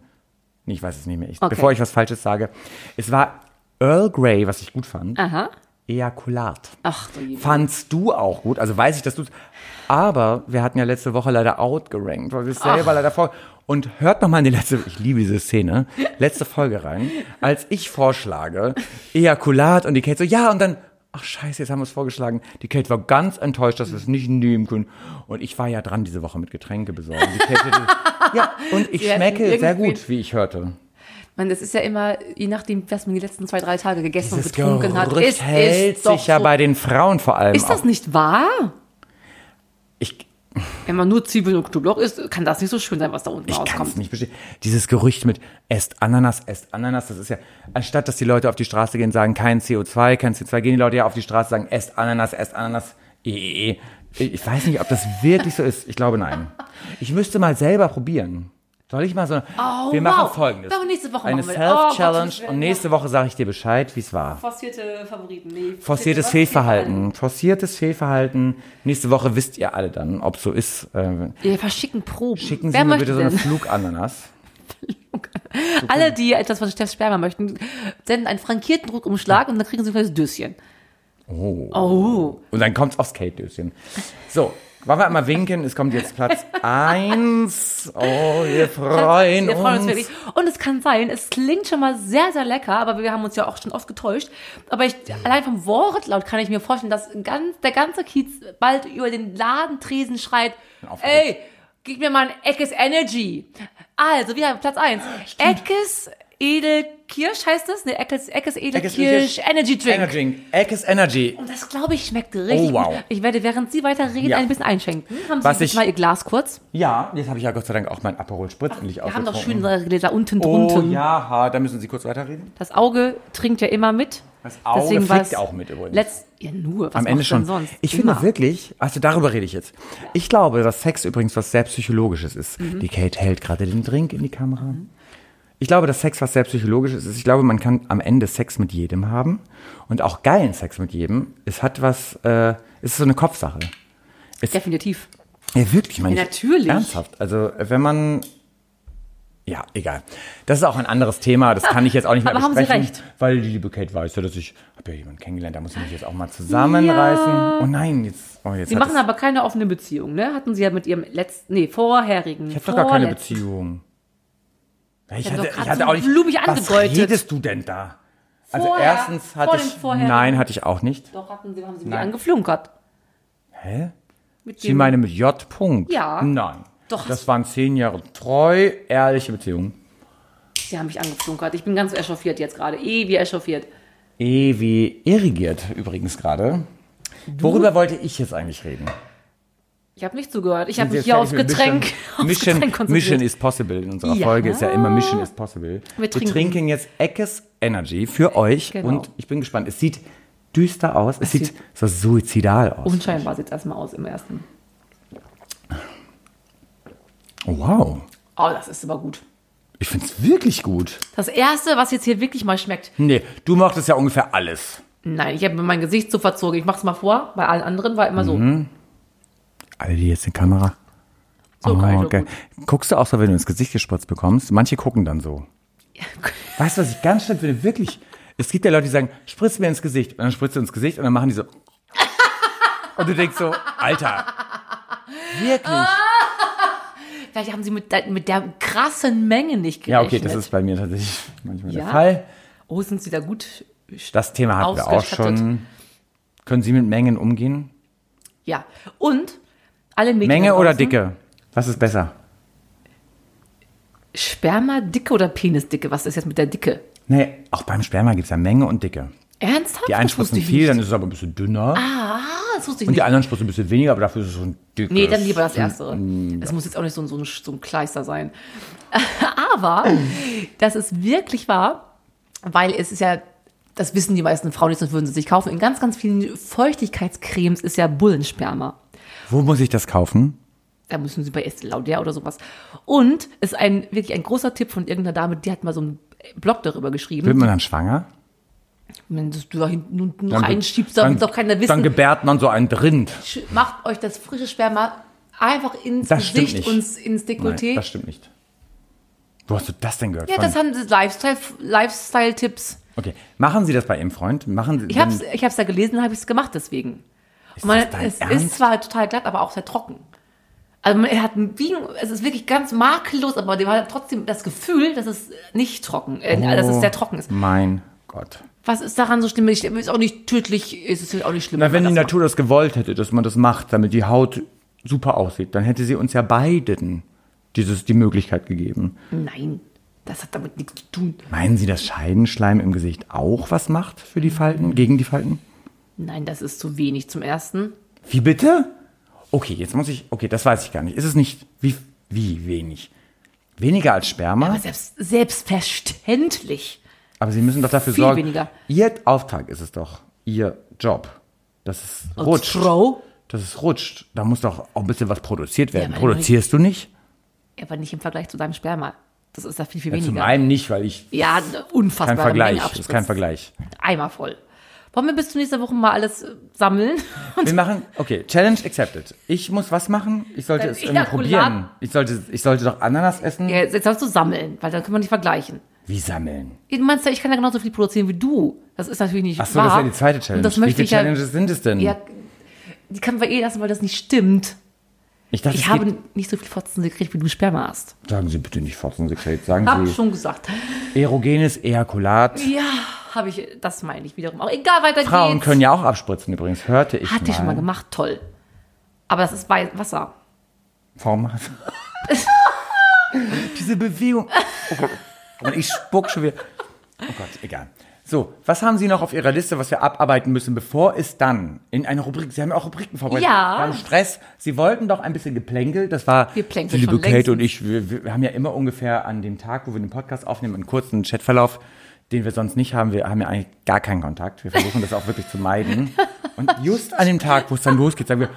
[SPEAKER 1] nee, ich weiß es nicht mehr, ich,
[SPEAKER 2] Okay.
[SPEAKER 1] bevor ich was Falsches sage. Es war Earl Grey, was ich gut fand,
[SPEAKER 2] Aha.
[SPEAKER 1] Ejakulat.
[SPEAKER 2] Ach, so lieb.
[SPEAKER 1] Fandst du auch gut? Also weiß ich, dass du Aber wir hatten ja letzte Woche leider outgerankt, weil wir es selber leider vor. Und hört nochmal in die letzte, ich liebe diese Szene, letzte Folge rein, als ich vorschlage, Ejakulat und die Kate so, ja, und dann, ach scheiße, jetzt haben wir es vorgeschlagen. Die Kate war ganz enttäuscht, dass wir es nicht nehmen können. Und ich war ja dran diese Woche mit Getränke besorgen. Die Kate, hätte- ja, und ich
[SPEAKER 2] Wir hätten
[SPEAKER 1] schmecke sehr
[SPEAKER 2] irgendwie-
[SPEAKER 1] gut, wie ich hörte.
[SPEAKER 2] Man, das ist ja immer, je nachdem, was man die letzten zwei, drei Tage gegessen
[SPEAKER 1] Dieses
[SPEAKER 2] und getrunken
[SPEAKER 1] Gerücht
[SPEAKER 2] hat. Es
[SPEAKER 1] hält
[SPEAKER 2] ist doch
[SPEAKER 1] sich ja
[SPEAKER 2] so.
[SPEAKER 1] bei den Frauen vor allem
[SPEAKER 2] Ist das
[SPEAKER 1] auf.
[SPEAKER 2] nicht wahr?
[SPEAKER 1] Ich,
[SPEAKER 2] Wenn man nur Zwiebeln und Knoblauch isst, kann das nicht so schön sein, was da unten
[SPEAKER 1] Ich kann es
[SPEAKER 2] rauskommt.
[SPEAKER 1] nicht bestehen. Dieses Gerücht mit esst Ananas, esst Ananas, das ist ja, anstatt dass die Leute auf die Straße gehen, sagen kein CO2, kein CO2, gehen die Leute ja auf die Straße, sagen esst Ananas, esst Ananas, eh, eh, eh. Ich weiß nicht, ob das wirklich so ist. Ich glaube, nein. Ich müsste mal selber probieren. Soll ich mal so?
[SPEAKER 2] Oh,
[SPEAKER 1] wir machen
[SPEAKER 2] wow.
[SPEAKER 1] folgendes.
[SPEAKER 2] Doch, nächste Woche
[SPEAKER 1] Eine
[SPEAKER 2] machen wir- Oh,
[SPEAKER 1] Self-Challenge
[SPEAKER 2] Gott, das wär-
[SPEAKER 1] und nächste Woche sage ich dir Bescheid, wie es war.
[SPEAKER 2] Forcierte Favoriten. Nee,
[SPEAKER 1] Forciertes Fehlverhalten. Forciertes Fehlverhalten. Nächste Woche wisst ihr alle dann, ob so ist. Äh,
[SPEAKER 2] Wir verschicken Proben.
[SPEAKER 1] Schicken Sie
[SPEAKER 2] Wer
[SPEAKER 1] mir
[SPEAKER 2] möchte
[SPEAKER 1] bitte so eine
[SPEAKER 2] denn?
[SPEAKER 1] Flugananas.
[SPEAKER 2] *laughs* Alle, die etwas von Steffs Sperma möchten, senden einen frankierten Druckumschlag und dann kriegen sie vielleicht ein Döschen. Oh.
[SPEAKER 1] Und dann kommt's aufs Kate-Döschen. So, wollen wir einmal winken? Es kommt jetzt Platz eins. Oh, wir freuen
[SPEAKER 2] wir freuen uns.
[SPEAKER 1] uns.
[SPEAKER 2] wirklich. Und es kann sein, es klingt schon mal sehr, sehr lecker, aber wir haben uns ja auch schon oft getäuscht. Aber ich, allein vom Wortlaut kann ich mir vorstellen, dass ganz, der ganze Kiez bald über den Ladentresen schreit,
[SPEAKER 1] aufgeregt.
[SPEAKER 2] ey, gib mir mal ein Eckes Energy. Also, wieder Platz eins.
[SPEAKER 1] Ah,
[SPEAKER 2] Eckes Edelkirsch heißt es? Ne, Eckes, Eckes Edelkirsch Energy Drink.
[SPEAKER 1] Energy Drink. Eckes Energy.
[SPEAKER 2] Und das, glaube ich, schmeckt richtig
[SPEAKER 1] Oh, wow.
[SPEAKER 2] gut. Ich werde, während Sie weiterreden,
[SPEAKER 1] Ja.
[SPEAKER 2] ein bisschen einschenken. Haben Sie
[SPEAKER 1] Was
[SPEAKER 2] bitte
[SPEAKER 1] ich-
[SPEAKER 2] mal Ihr Glas kurz?
[SPEAKER 1] Ja, jetzt habe ich ja Gott sei Dank auch mein Aperol Spritz endlich
[SPEAKER 2] Wir haben doch schön
[SPEAKER 1] ausgetrunken.
[SPEAKER 2] unsere Gläser unten
[SPEAKER 1] Oh
[SPEAKER 2] drunten.
[SPEAKER 1] ja, ha, da müssen Sie kurz weiterreden.
[SPEAKER 2] Das Auge trinkt ja immer mit.
[SPEAKER 1] Das Auge
[SPEAKER 2] Deswegen war
[SPEAKER 1] fliegt
[SPEAKER 2] es
[SPEAKER 1] auch mit übrigens.
[SPEAKER 2] Letzt, ja, nur. Was
[SPEAKER 1] Am Ende
[SPEAKER 2] macht's
[SPEAKER 1] schon.
[SPEAKER 2] Denn sonst?
[SPEAKER 1] Ich finde
[SPEAKER 2] Immer.
[SPEAKER 1] wirklich, also darüber rede ich jetzt. Ich glaube, dass Sex übrigens was sehr Psychologisches ist.
[SPEAKER 2] Mhm.
[SPEAKER 1] Die Kate hält gerade den Drink in die Kamera. Ich glaube, dass Sex was sehr Psychologisches ist. Ich glaube, man kann am Ende Sex mit jedem haben und auch geilen Sex mit jedem. Es hat was, äh, es ist so eine Kopfsache.
[SPEAKER 2] Definitiv.
[SPEAKER 1] Ja, wirklich, meine
[SPEAKER 2] Ja,
[SPEAKER 1] ich
[SPEAKER 2] natürlich.
[SPEAKER 1] Ernsthaft. Also, wenn man Ja, egal. Das ist auch ein anderes Thema. Das kann ich jetzt auch nicht mehr
[SPEAKER 2] Aber haben Sie
[SPEAKER 1] besprechen,
[SPEAKER 2] recht.
[SPEAKER 1] weil die liebe Kate weiß ja, dass ich habe ja jemanden kennengelernt. Da muss ich mich jetzt auch mal zusammenreißen. Oh nein, jetzt. Oh, jetzt
[SPEAKER 2] Sie
[SPEAKER 1] hat
[SPEAKER 2] machen
[SPEAKER 1] es-
[SPEAKER 2] aber keine offene Beziehung, ne? Hatten Sie ja mit Ihrem letzten, nee, vorherigen.
[SPEAKER 1] ich habe doch gar keine
[SPEAKER 2] vorletzten-
[SPEAKER 1] Beziehung. Ja, Ich
[SPEAKER 2] hab
[SPEAKER 1] hatte,
[SPEAKER 2] doch grad
[SPEAKER 1] ich hatte
[SPEAKER 2] so
[SPEAKER 1] auch nicht.
[SPEAKER 2] blumig
[SPEAKER 1] Was
[SPEAKER 2] angedeutet.
[SPEAKER 1] redest du denn da? Also
[SPEAKER 2] Vorher,
[SPEAKER 1] erstens
[SPEAKER 2] vor
[SPEAKER 1] hatte
[SPEAKER 2] dem
[SPEAKER 1] ich.
[SPEAKER 2] vorherigen.
[SPEAKER 1] Nein, hatte ich auch nicht.
[SPEAKER 2] Doch, hatten Sie, haben Sie mich
[SPEAKER 1] Nein.
[SPEAKER 2] angeflunkert.
[SPEAKER 1] Hä?
[SPEAKER 2] Mit
[SPEAKER 1] Sie meine mit J. Punkt.
[SPEAKER 2] Genau. Ja.
[SPEAKER 1] Nein.
[SPEAKER 2] Doch.
[SPEAKER 1] Das waren zehn Jahre treu, ehrliche Beziehung.
[SPEAKER 2] Sie haben mich angeflunkert. Ich bin ganz echauffiert jetzt gerade. Eh, wie echauffiert.
[SPEAKER 1] E wie irrigiert übrigens gerade. Worüber wollte ich jetzt eigentlich reden?
[SPEAKER 2] Ich habe nicht zugehört. Ich habe mich
[SPEAKER 1] Jetzt
[SPEAKER 2] hier
[SPEAKER 1] fertig
[SPEAKER 2] aufs
[SPEAKER 1] mit
[SPEAKER 2] *laughs* Getränk, aufs
[SPEAKER 1] Mission,
[SPEAKER 2] Getränk
[SPEAKER 1] Mission, Mission is possible. In unserer
[SPEAKER 2] Ja.
[SPEAKER 1] Folge ist ja immer Mission is possible.
[SPEAKER 2] Wir
[SPEAKER 1] Wir trinken,
[SPEAKER 2] trinken.
[SPEAKER 1] jetzt Eckes Energy für euch
[SPEAKER 2] Genau.
[SPEAKER 1] und ich bin gespannt. Es sieht düster aus, es, sieht, so suizidal aus.
[SPEAKER 2] Unscheinbar sieht es erstmal aus im ersten.
[SPEAKER 1] wow,
[SPEAKER 2] Oh, das ist aber gut.
[SPEAKER 1] ich finde es wirklich gut.
[SPEAKER 2] Das erste, was jetzt hier wirklich mal schmeckt.
[SPEAKER 1] Nee, du mochtest ja ungefähr alles.
[SPEAKER 2] Nein, ich habe mir mein Gesicht so verzogen. Ich mach's mal vor. Bei allen anderen war immer so.
[SPEAKER 1] Alle, die jetzt die Kamera.
[SPEAKER 2] So
[SPEAKER 1] Oh,
[SPEAKER 2] also geil, so
[SPEAKER 1] geil. Guckst du auch so, wenn du ins Gesicht gespritzt bekommst? Manche gucken dann so. Weißt du, was ich ganz schlimm finde? Wirklich. Es gibt ja Leute, die sagen, spritz mir ins Gesicht. Und dann spritzt du ins Gesicht und dann machen die so.
[SPEAKER 2] *laughs*
[SPEAKER 1] Und du denkst so, Alter. Wirklich.
[SPEAKER 2] *laughs* Ah. Vielleicht haben sie mit, der- mit der krassen Menge nicht
[SPEAKER 1] Ja,
[SPEAKER 2] gerechnet.
[SPEAKER 1] okay, das ist bei mir tatsächlich manchmal der
[SPEAKER 2] Ja.
[SPEAKER 1] Fall.
[SPEAKER 2] Oh, sind sie da gut?
[SPEAKER 1] Das Thema hatten wir auch
[SPEAKER 2] Ausgestattet.
[SPEAKER 1] schon. Können Sie mit Mengen umgehen?
[SPEAKER 2] Ja. Und alle Mädchen da
[SPEAKER 1] Menge oder
[SPEAKER 2] draußen,
[SPEAKER 1] Dicke? Was ist besser?
[SPEAKER 2] Sperma dicke oder Penisdicke? Was ist jetzt mit der Dicke?
[SPEAKER 1] Nee, auch beim Sperma gibt es ja Menge und Dicke.
[SPEAKER 2] Ernsthaft?
[SPEAKER 1] Die einen spritzen viel, dann ist es aber ein bisschen dünner.
[SPEAKER 2] Ah, das wusste ich
[SPEAKER 1] und
[SPEAKER 2] nicht.
[SPEAKER 1] die anderen spritzen ein bisschen weniger, aber dafür ist es so ein dickes.
[SPEAKER 2] Nee, dann lieber das erste. Es muss jetzt auch nicht so ein, so ein, so ein Kleister sein. *laughs* Aber das ist wirklich wahr, weil es ist ja, das wissen die meisten Frauen nicht, sonst würden sie es nicht kaufen. In ganz, ganz vielen Feuchtigkeitscremes ist ja Bullensperma.
[SPEAKER 1] Wo muss ich das kaufen?
[SPEAKER 2] Da müssen sie bei Estee Lauder oder sowas. Und ist ein wirklich ein großer Tipp von irgendeiner Dame, die hat mal so einen Blog darüber
[SPEAKER 1] Wird
[SPEAKER 2] geschrieben.
[SPEAKER 1] man dann schwanger?
[SPEAKER 2] Wenn du da hinten unten
[SPEAKER 1] Dann-
[SPEAKER 2] reinschiebst, dann
[SPEAKER 1] dann-
[SPEAKER 2] wird doch keiner
[SPEAKER 1] Dann
[SPEAKER 2] wissen.
[SPEAKER 1] gebärt man so ein Rind.
[SPEAKER 2] Sch- Macht euch das frische Sperma einfach ins
[SPEAKER 1] Das stimmt
[SPEAKER 2] Gesicht
[SPEAKER 1] nicht.
[SPEAKER 2] und ins Dekolleté.
[SPEAKER 1] Nein, das stimmt nicht. Wo hast du das denn gehört?
[SPEAKER 2] Ja,
[SPEAKER 1] Von-
[SPEAKER 2] das haben sie Lifestyle- Lifestyle-Tipps.
[SPEAKER 1] okay. Machen Sie das bei Ihrem Freund? Machen Sie
[SPEAKER 2] ich habe es ich hab's ja gelesen, habe ich es gemacht deswegen. Und man,
[SPEAKER 1] das dein
[SPEAKER 2] es
[SPEAKER 1] Ernst?
[SPEAKER 2] ist zwar total glatt, aber auch sehr trocken. Also man er hat ein Biegen, es ist wirklich ganz makellos, aber man hat trotzdem das Gefühl, dass es nicht trocken, äh, dass
[SPEAKER 1] Oh.
[SPEAKER 2] es sehr trocken ist.
[SPEAKER 1] Mein Gott.
[SPEAKER 2] Was ist daran so schlimm? Ich, ist auch nicht tödlich, es ist auch nicht schlimm.
[SPEAKER 1] Na, wenn die
[SPEAKER 2] man das
[SPEAKER 1] Natur das gewollt hätte, dass man das macht, damit die Haut super aussieht, dann hätte sie uns ja beiden dieses, die Möglichkeit gegeben.
[SPEAKER 2] macht. Nein, das hat damit nichts zu tun.
[SPEAKER 1] Meinen Sie, dass Scheidenschleim im Gesicht auch was macht für die Falten, gegen die Falten?
[SPEAKER 2] Nein, das ist zu wenig zum Ersten.
[SPEAKER 1] Wie bitte? Okay, jetzt muss ich. Okay, das weiß ich gar nicht. Ist es nicht. Wie, wie wenig? Weniger als Sperma?
[SPEAKER 2] Aber selbst, selbstverständlich.
[SPEAKER 1] Aber Sie müssen doch dafür
[SPEAKER 2] Viel
[SPEAKER 1] sorgen.
[SPEAKER 2] weniger.
[SPEAKER 1] Ihr Auftrag ist es doch, Ihr Job. Das ist rutscht.
[SPEAKER 2] Frau?
[SPEAKER 1] Das ist rutscht. Da muss doch auch ein bisschen was produziert werden.
[SPEAKER 2] aber
[SPEAKER 1] Produzierst du nicht?
[SPEAKER 2] Aber nicht im Vergleich zu deinem Sperma. Das ist da viel, viel
[SPEAKER 1] Ja, zum
[SPEAKER 2] weniger.
[SPEAKER 1] einen nicht, weil ich
[SPEAKER 2] Ja, unfassbar.
[SPEAKER 1] kein Vergleich. Das ist kein Vergleich.
[SPEAKER 2] Eimer voll. Wollen wir bis zur nächsten Woche mal alles äh, sammeln? *laughs* Und
[SPEAKER 1] Wir machen. Okay, Challenge accepted. Ich muss was machen? Ich sollte
[SPEAKER 2] Dein
[SPEAKER 1] es irgendwie
[SPEAKER 2] Ejakulat.
[SPEAKER 1] probieren. Ich sollte, ich sollte doch Ananas essen.
[SPEAKER 2] ja, jetzt sollst du sammeln, weil dann können wir nicht vergleichen.
[SPEAKER 1] Wie sammeln?
[SPEAKER 2] Du meinst ja, ich kann ja genauso viel produzieren wie du. Das ist natürlich nicht
[SPEAKER 1] Ach so,
[SPEAKER 2] wahr.
[SPEAKER 1] das ist ja die zweite Challenge.
[SPEAKER 2] Und das
[SPEAKER 1] Wie
[SPEAKER 2] möchte
[SPEAKER 1] viele
[SPEAKER 2] ich ja,
[SPEAKER 1] Challenges sind es denn?
[SPEAKER 2] ja. Die können wir eh lassen, weil das nicht stimmt.
[SPEAKER 1] ich dachte,
[SPEAKER 2] Ich
[SPEAKER 1] es
[SPEAKER 2] habe
[SPEAKER 1] geht-
[SPEAKER 2] nicht so viel Fotzen gekriegt, wie du Sperma hast.
[SPEAKER 1] Sagen Sie bitte nicht Fotzensekret. Sagen
[SPEAKER 2] Hab
[SPEAKER 1] Sie
[SPEAKER 2] schon gesagt.
[SPEAKER 1] erogenes Ejakulat.
[SPEAKER 2] Ja, habe ich, das meine ich wiederum auch. Egal, weiter
[SPEAKER 1] Frauen
[SPEAKER 2] geht's.
[SPEAKER 1] können ja auch abspritzen übrigens, hörte ich
[SPEAKER 2] Hatte
[SPEAKER 1] mal.
[SPEAKER 2] ich schon mal gemacht, toll. Aber das ist bei Wasser.
[SPEAKER 1] Warum hat- *laughs* Diese Bewegung. Oh Gott. Und ich spuck schon wieder. Oh Gott, egal. So, was haben Sie noch auf Ihrer Liste, was wir abarbeiten müssen, bevor es dann in eine Rubrik, Sie haben ja auch Rubriken vorbereitet.
[SPEAKER 2] Ja.
[SPEAKER 1] Wir haben Stress. Sie wollten doch ein bisschen geplänkelt. Das war,
[SPEAKER 2] Wir plänkeln
[SPEAKER 1] liebe
[SPEAKER 2] schon
[SPEAKER 1] Kate
[SPEAKER 2] längst.
[SPEAKER 1] und ich, wir, wir haben ja immer ungefähr an dem Tag, wo wir den Podcast aufnehmen, einen kurzen Chatverlauf, den wir sonst nicht haben. Wir haben ja eigentlich gar keinen Kontakt. Wir versuchen das auch wirklich zu meiden.
[SPEAKER 2] *laughs*
[SPEAKER 1] Und just an dem Tag, wo es dann losgeht, sagen wir,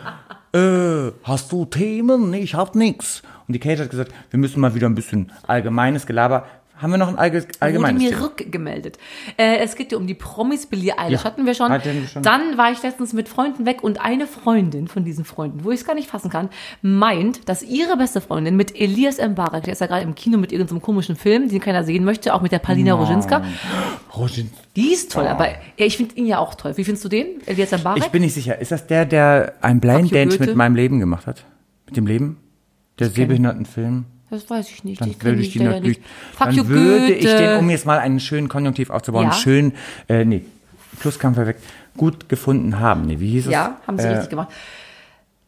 [SPEAKER 1] äh, hast du Themen? Ich hab nix. Und die Kate hat gesagt, wir müssen mal wieder ein bisschen allgemeines Gelaber. Haben wir noch ein allge
[SPEAKER 2] Wurde
[SPEAKER 1] allgemeines
[SPEAKER 2] mir
[SPEAKER 1] Thema?
[SPEAKER 2] rückgemeldet. Äh, es geht ja um die Promis Billie Eilish.
[SPEAKER 1] Ja.
[SPEAKER 2] Hatten wir schon.
[SPEAKER 1] Hatten wir schon.
[SPEAKER 2] Dann war ich letztens mit Freunden weg und eine Freundin von diesen Freunden, wo ich es gar nicht fassen kann, meint, dass ihre beste Freundin mit Elias Mbarek, der ist ja gerade im Kino mit irgendeinem komischen Film, den keiner sehen möchte, auch mit der Palina Roginska.
[SPEAKER 1] Rosin.
[SPEAKER 2] Die ist toll, aber ja, ich finde ihn ja auch toll. Wie findest du den, Elias Mbarek?
[SPEAKER 1] Ah. Ich bin nicht sicher. Ist das der, der ein Blind
[SPEAKER 2] Fuck you,
[SPEAKER 1] Date
[SPEAKER 2] Goethe.
[SPEAKER 1] mit meinem Leben gemacht hat? Mit dem Leben? Der Sehbehindertenfilm?
[SPEAKER 2] das weiß ich nicht.
[SPEAKER 1] Dann
[SPEAKER 2] ich kenn
[SPEAKER 1] würde
[SPEAKER 2] mich
[SPEAKER 1] ich, die
[SPEAKER 2] leider
[SPEAKER 1] natürlich,
[SPEAKER 2] Fuck
[SPEAKER 1] dann
[SPEAKER 2] you,
[SPEAKER 1] würde ich
[SPEAKER 2] Goethe.
[SPEAKER 1] den, um jetzt mal einen schönen Konjunktiv aufzubauen,
[SPEAKER 2] Ja.
[SPEAKER 1] schön, äh, nee, Pluskampf weg, gut gefunden haben. Nee, wie hieß es?
[SPEAKER 2] Ja, haben sie
[SPEAKER 1] Äh,
[SPEAKER 2] richtig gemacht.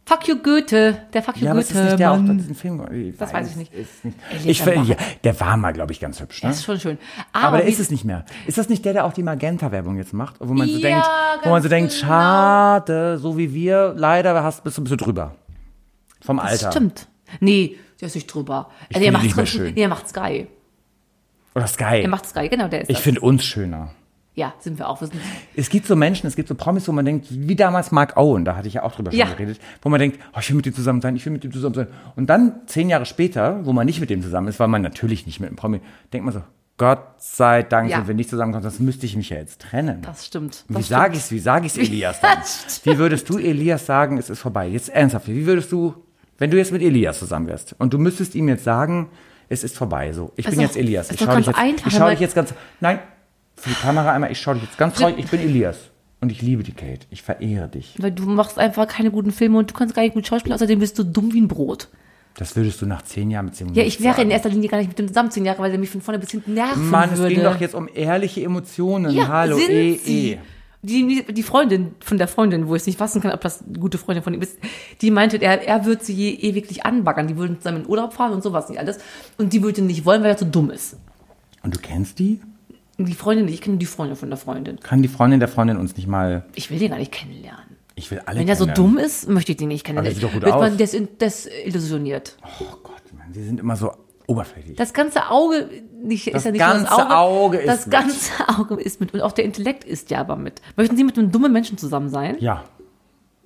[SPEAKER 2] Fuck you Goethe, der Fuck you
[SPEAKER 1] Ja, aber
[SPEAKER 2] Goethe.
[SPEAKER 1] ist das nicht der ne? auch,
[SPEAKER 2] Mann.
[SPEAKER 1] das ist ein Film. Ich
[SPEAKER 2] Das weiß ich nicht.
[SPEAKER 1] Ist nicht.
[SPEAKER 2] Er lebt
[SPEAKER 1] Ich, ver-
[SPEAKER 2] am
[SPEAKER 1] ja, der war mal, glaube ich, ganz hübsch. Ne?
[SPEAKER 2] Das ist schon schön.
[SPEAKER 1] aber der
[SPEAKER 2] wie-
[SPEAKER 1] ist es nicht mehr. Ist das nicht der, der auch die Magenta-Werbung jetzt macht? Wo man so
[SPEAKER 2] Ja,
[SPEAKER 1] denkt, wo man
[SPEAKER 2] ganz
[SPEAKER 1] so denkt,
[SPEAKER 2] genau.
[SPEAKER 1] schade, so wie wir, leider hast, bist du ein bisschen drüber. Vom Alter.
[SPEAKER 2] Stimmt. Nee, der ist nicht drüber.
[SPEAKER 1] finde
[SPEAKER 2] er
[SPEAKER 1] ihn
[SPEAKER 2] macht's
[SPEAKER 1] nicht mehr
[SPEAKER 2] trotzdem-
[SPEAKER 1] schön.
[SPEAKER 2] Nee, er macht's geil.
[SPEAKER 1] Oder Sky.
[SPEAKER 2] Er macht's geil, genau, der ist
[SPEAKER 1] Ich
[SPEAKER 2] das.
[SPEAKER 1] finde uns schöner.
[SPEAKER 2] Ja, sind wir auch. Wir sind,
[SPEAKER 1] Es gibt so Menschen, es gibt so Promis, wo man denkt, wie damals Mark Owen, da hatte ich ja auch drüber schon
[SPEAKER 2] Ja.
[SPEAKER 1] geredet, wo man denkt, oh, ich will mit dem zusammen sein, ich will mit dem zusammen sein. Und dann zehn Jahre später, wo man nicht mit dem zusammen ist, weil man natürlich nicht mit einem Promi, denkt man so, Gott sei Dank
[SPEAKER 2] Ja.
[SPEAKER 1] sind wir nicht zusammengekommen, sonst müsste ich mich ja jetzt trennen.
[SPEAKER 2] das stimmt.
[SPEAKER 1] wie
[SPEAKER 2] Das
[SPEAKER 1] sage ich es, wie sage ich es Elias dann?
[SPEAKER 2] *laughs* Das
[SPEAKER 1] Wie würdest du Elias sagen, es ist vorbei? Jetzt ernsthaft, wie würdest du, wenn du jetzt mit Elias zusammen wärst und du müsstest ihm jetzt sagen, es ist vorbei, so, ich
[SPEAKER 2] Ist
[SPEAKER 1] bin
[SPEAKER 2] doch-
[SPEAKER 1] jetzt Elias,
[SPEAKER 2] ist
[SPEAKER 1] ich
[SPEAKER 2] doch
[SPEAKER 1] schaue dich,
[SPEAKER 2] Also, ganz
[SPEAKER 1] jetzt-
[SPEAKER 2] einfach,
[SPEAKER 1] ich schau
[SPEAKER 2] aber-
[SPEAKER 1] dich jetzt ganz, nein, für die Kamera einmal, ich schaue dich jetzt ganz treu, ich bin Elias und ich liebe die Kate, ich verehre dich.
[SPEAKER 2] Weil du machst einfach keine guten Filme und du kannst gar nicht gut schauspielen, außerdem bist du dumm wie ein Brot.
[SPEAKER 1] Das würdest du nach zehn Jahren Beziehung
[SPEAKER 2] Ja,
[SPEAKER 1] nicht
[SPEAKER 2] ich wäre in
[SPEAKER 1] sagen.
[SPEAKER 2] erster Linie gar nicht mit dem zusammen zehn Jahre, weil der mich von vorne bis hinten nerven
[SPEAKER 1] Mann, es
[SPEAKER 2] würde.
[SPEAKER 1] ging doch jetzt um ehrliche Emotionen,
[SPEAKER 2] ja,
[SPEAKER 1] hallo,
[SPEAKER 2] sind
[SPEAKER 1] eh,
[SPEAKER 2] sie.
[SPEAKER 1] eh.
[SPEAKER 2] Die, die Freundin von der Freundin, wo ich es nicht fassen kann, ob das eine gute Freundin von ihm ist, die meinte, er, er würde sie je ewiglich anbaggern. Die würden zusammen in Urlaub fahren und sowas nicht alles. Und die würde ihn nicht wollen, weil er zu dumm ist.
[SPEAKER 1] Und du kennst die?
[SPEAKER 2] Die Freundin, ich kenne die Freundin von der Freundin.
[SPEAKER 1] Kann die Freundin der Freundin uns nicht mal,
[SPEAKER 2] Ich will den gar nicht kennenlernen.
[SPEAKER 1] ich will alle
[SPEAKER 2] Wenn er so
[SPEAKER 1] kennenlernen.
[SPEAKER 2] dumm ist, möchte ich den nicht kennenlernen.
[SPEAKER 1] Aber der sieht doch gut
[SPEAKER 2] Wird man
[SPEAKER 1] aus.
[SPEAKER 2] desin- desillusioniert.
[SPEAKER 1] Oh Gott, Mann, sie sind immer so oberflächlich.
[SPEAKER 2] Das ganze Auge nicht, ist ja nicht nur das
[SPEAKER 1] ganze
[SPEAKER 2] Auge.
[SPEAKER 1] Auge ist
[SPEAKER 2] das
[SPEAKER 1] mit.
[SPEAKER 2] ganze *laughs* Auge ist mit. Und auch der Intellekt ist ja aber mit. Möchten Sie mit einem dummen Menschen zusammen sein?
[SPEAKER 1] ja,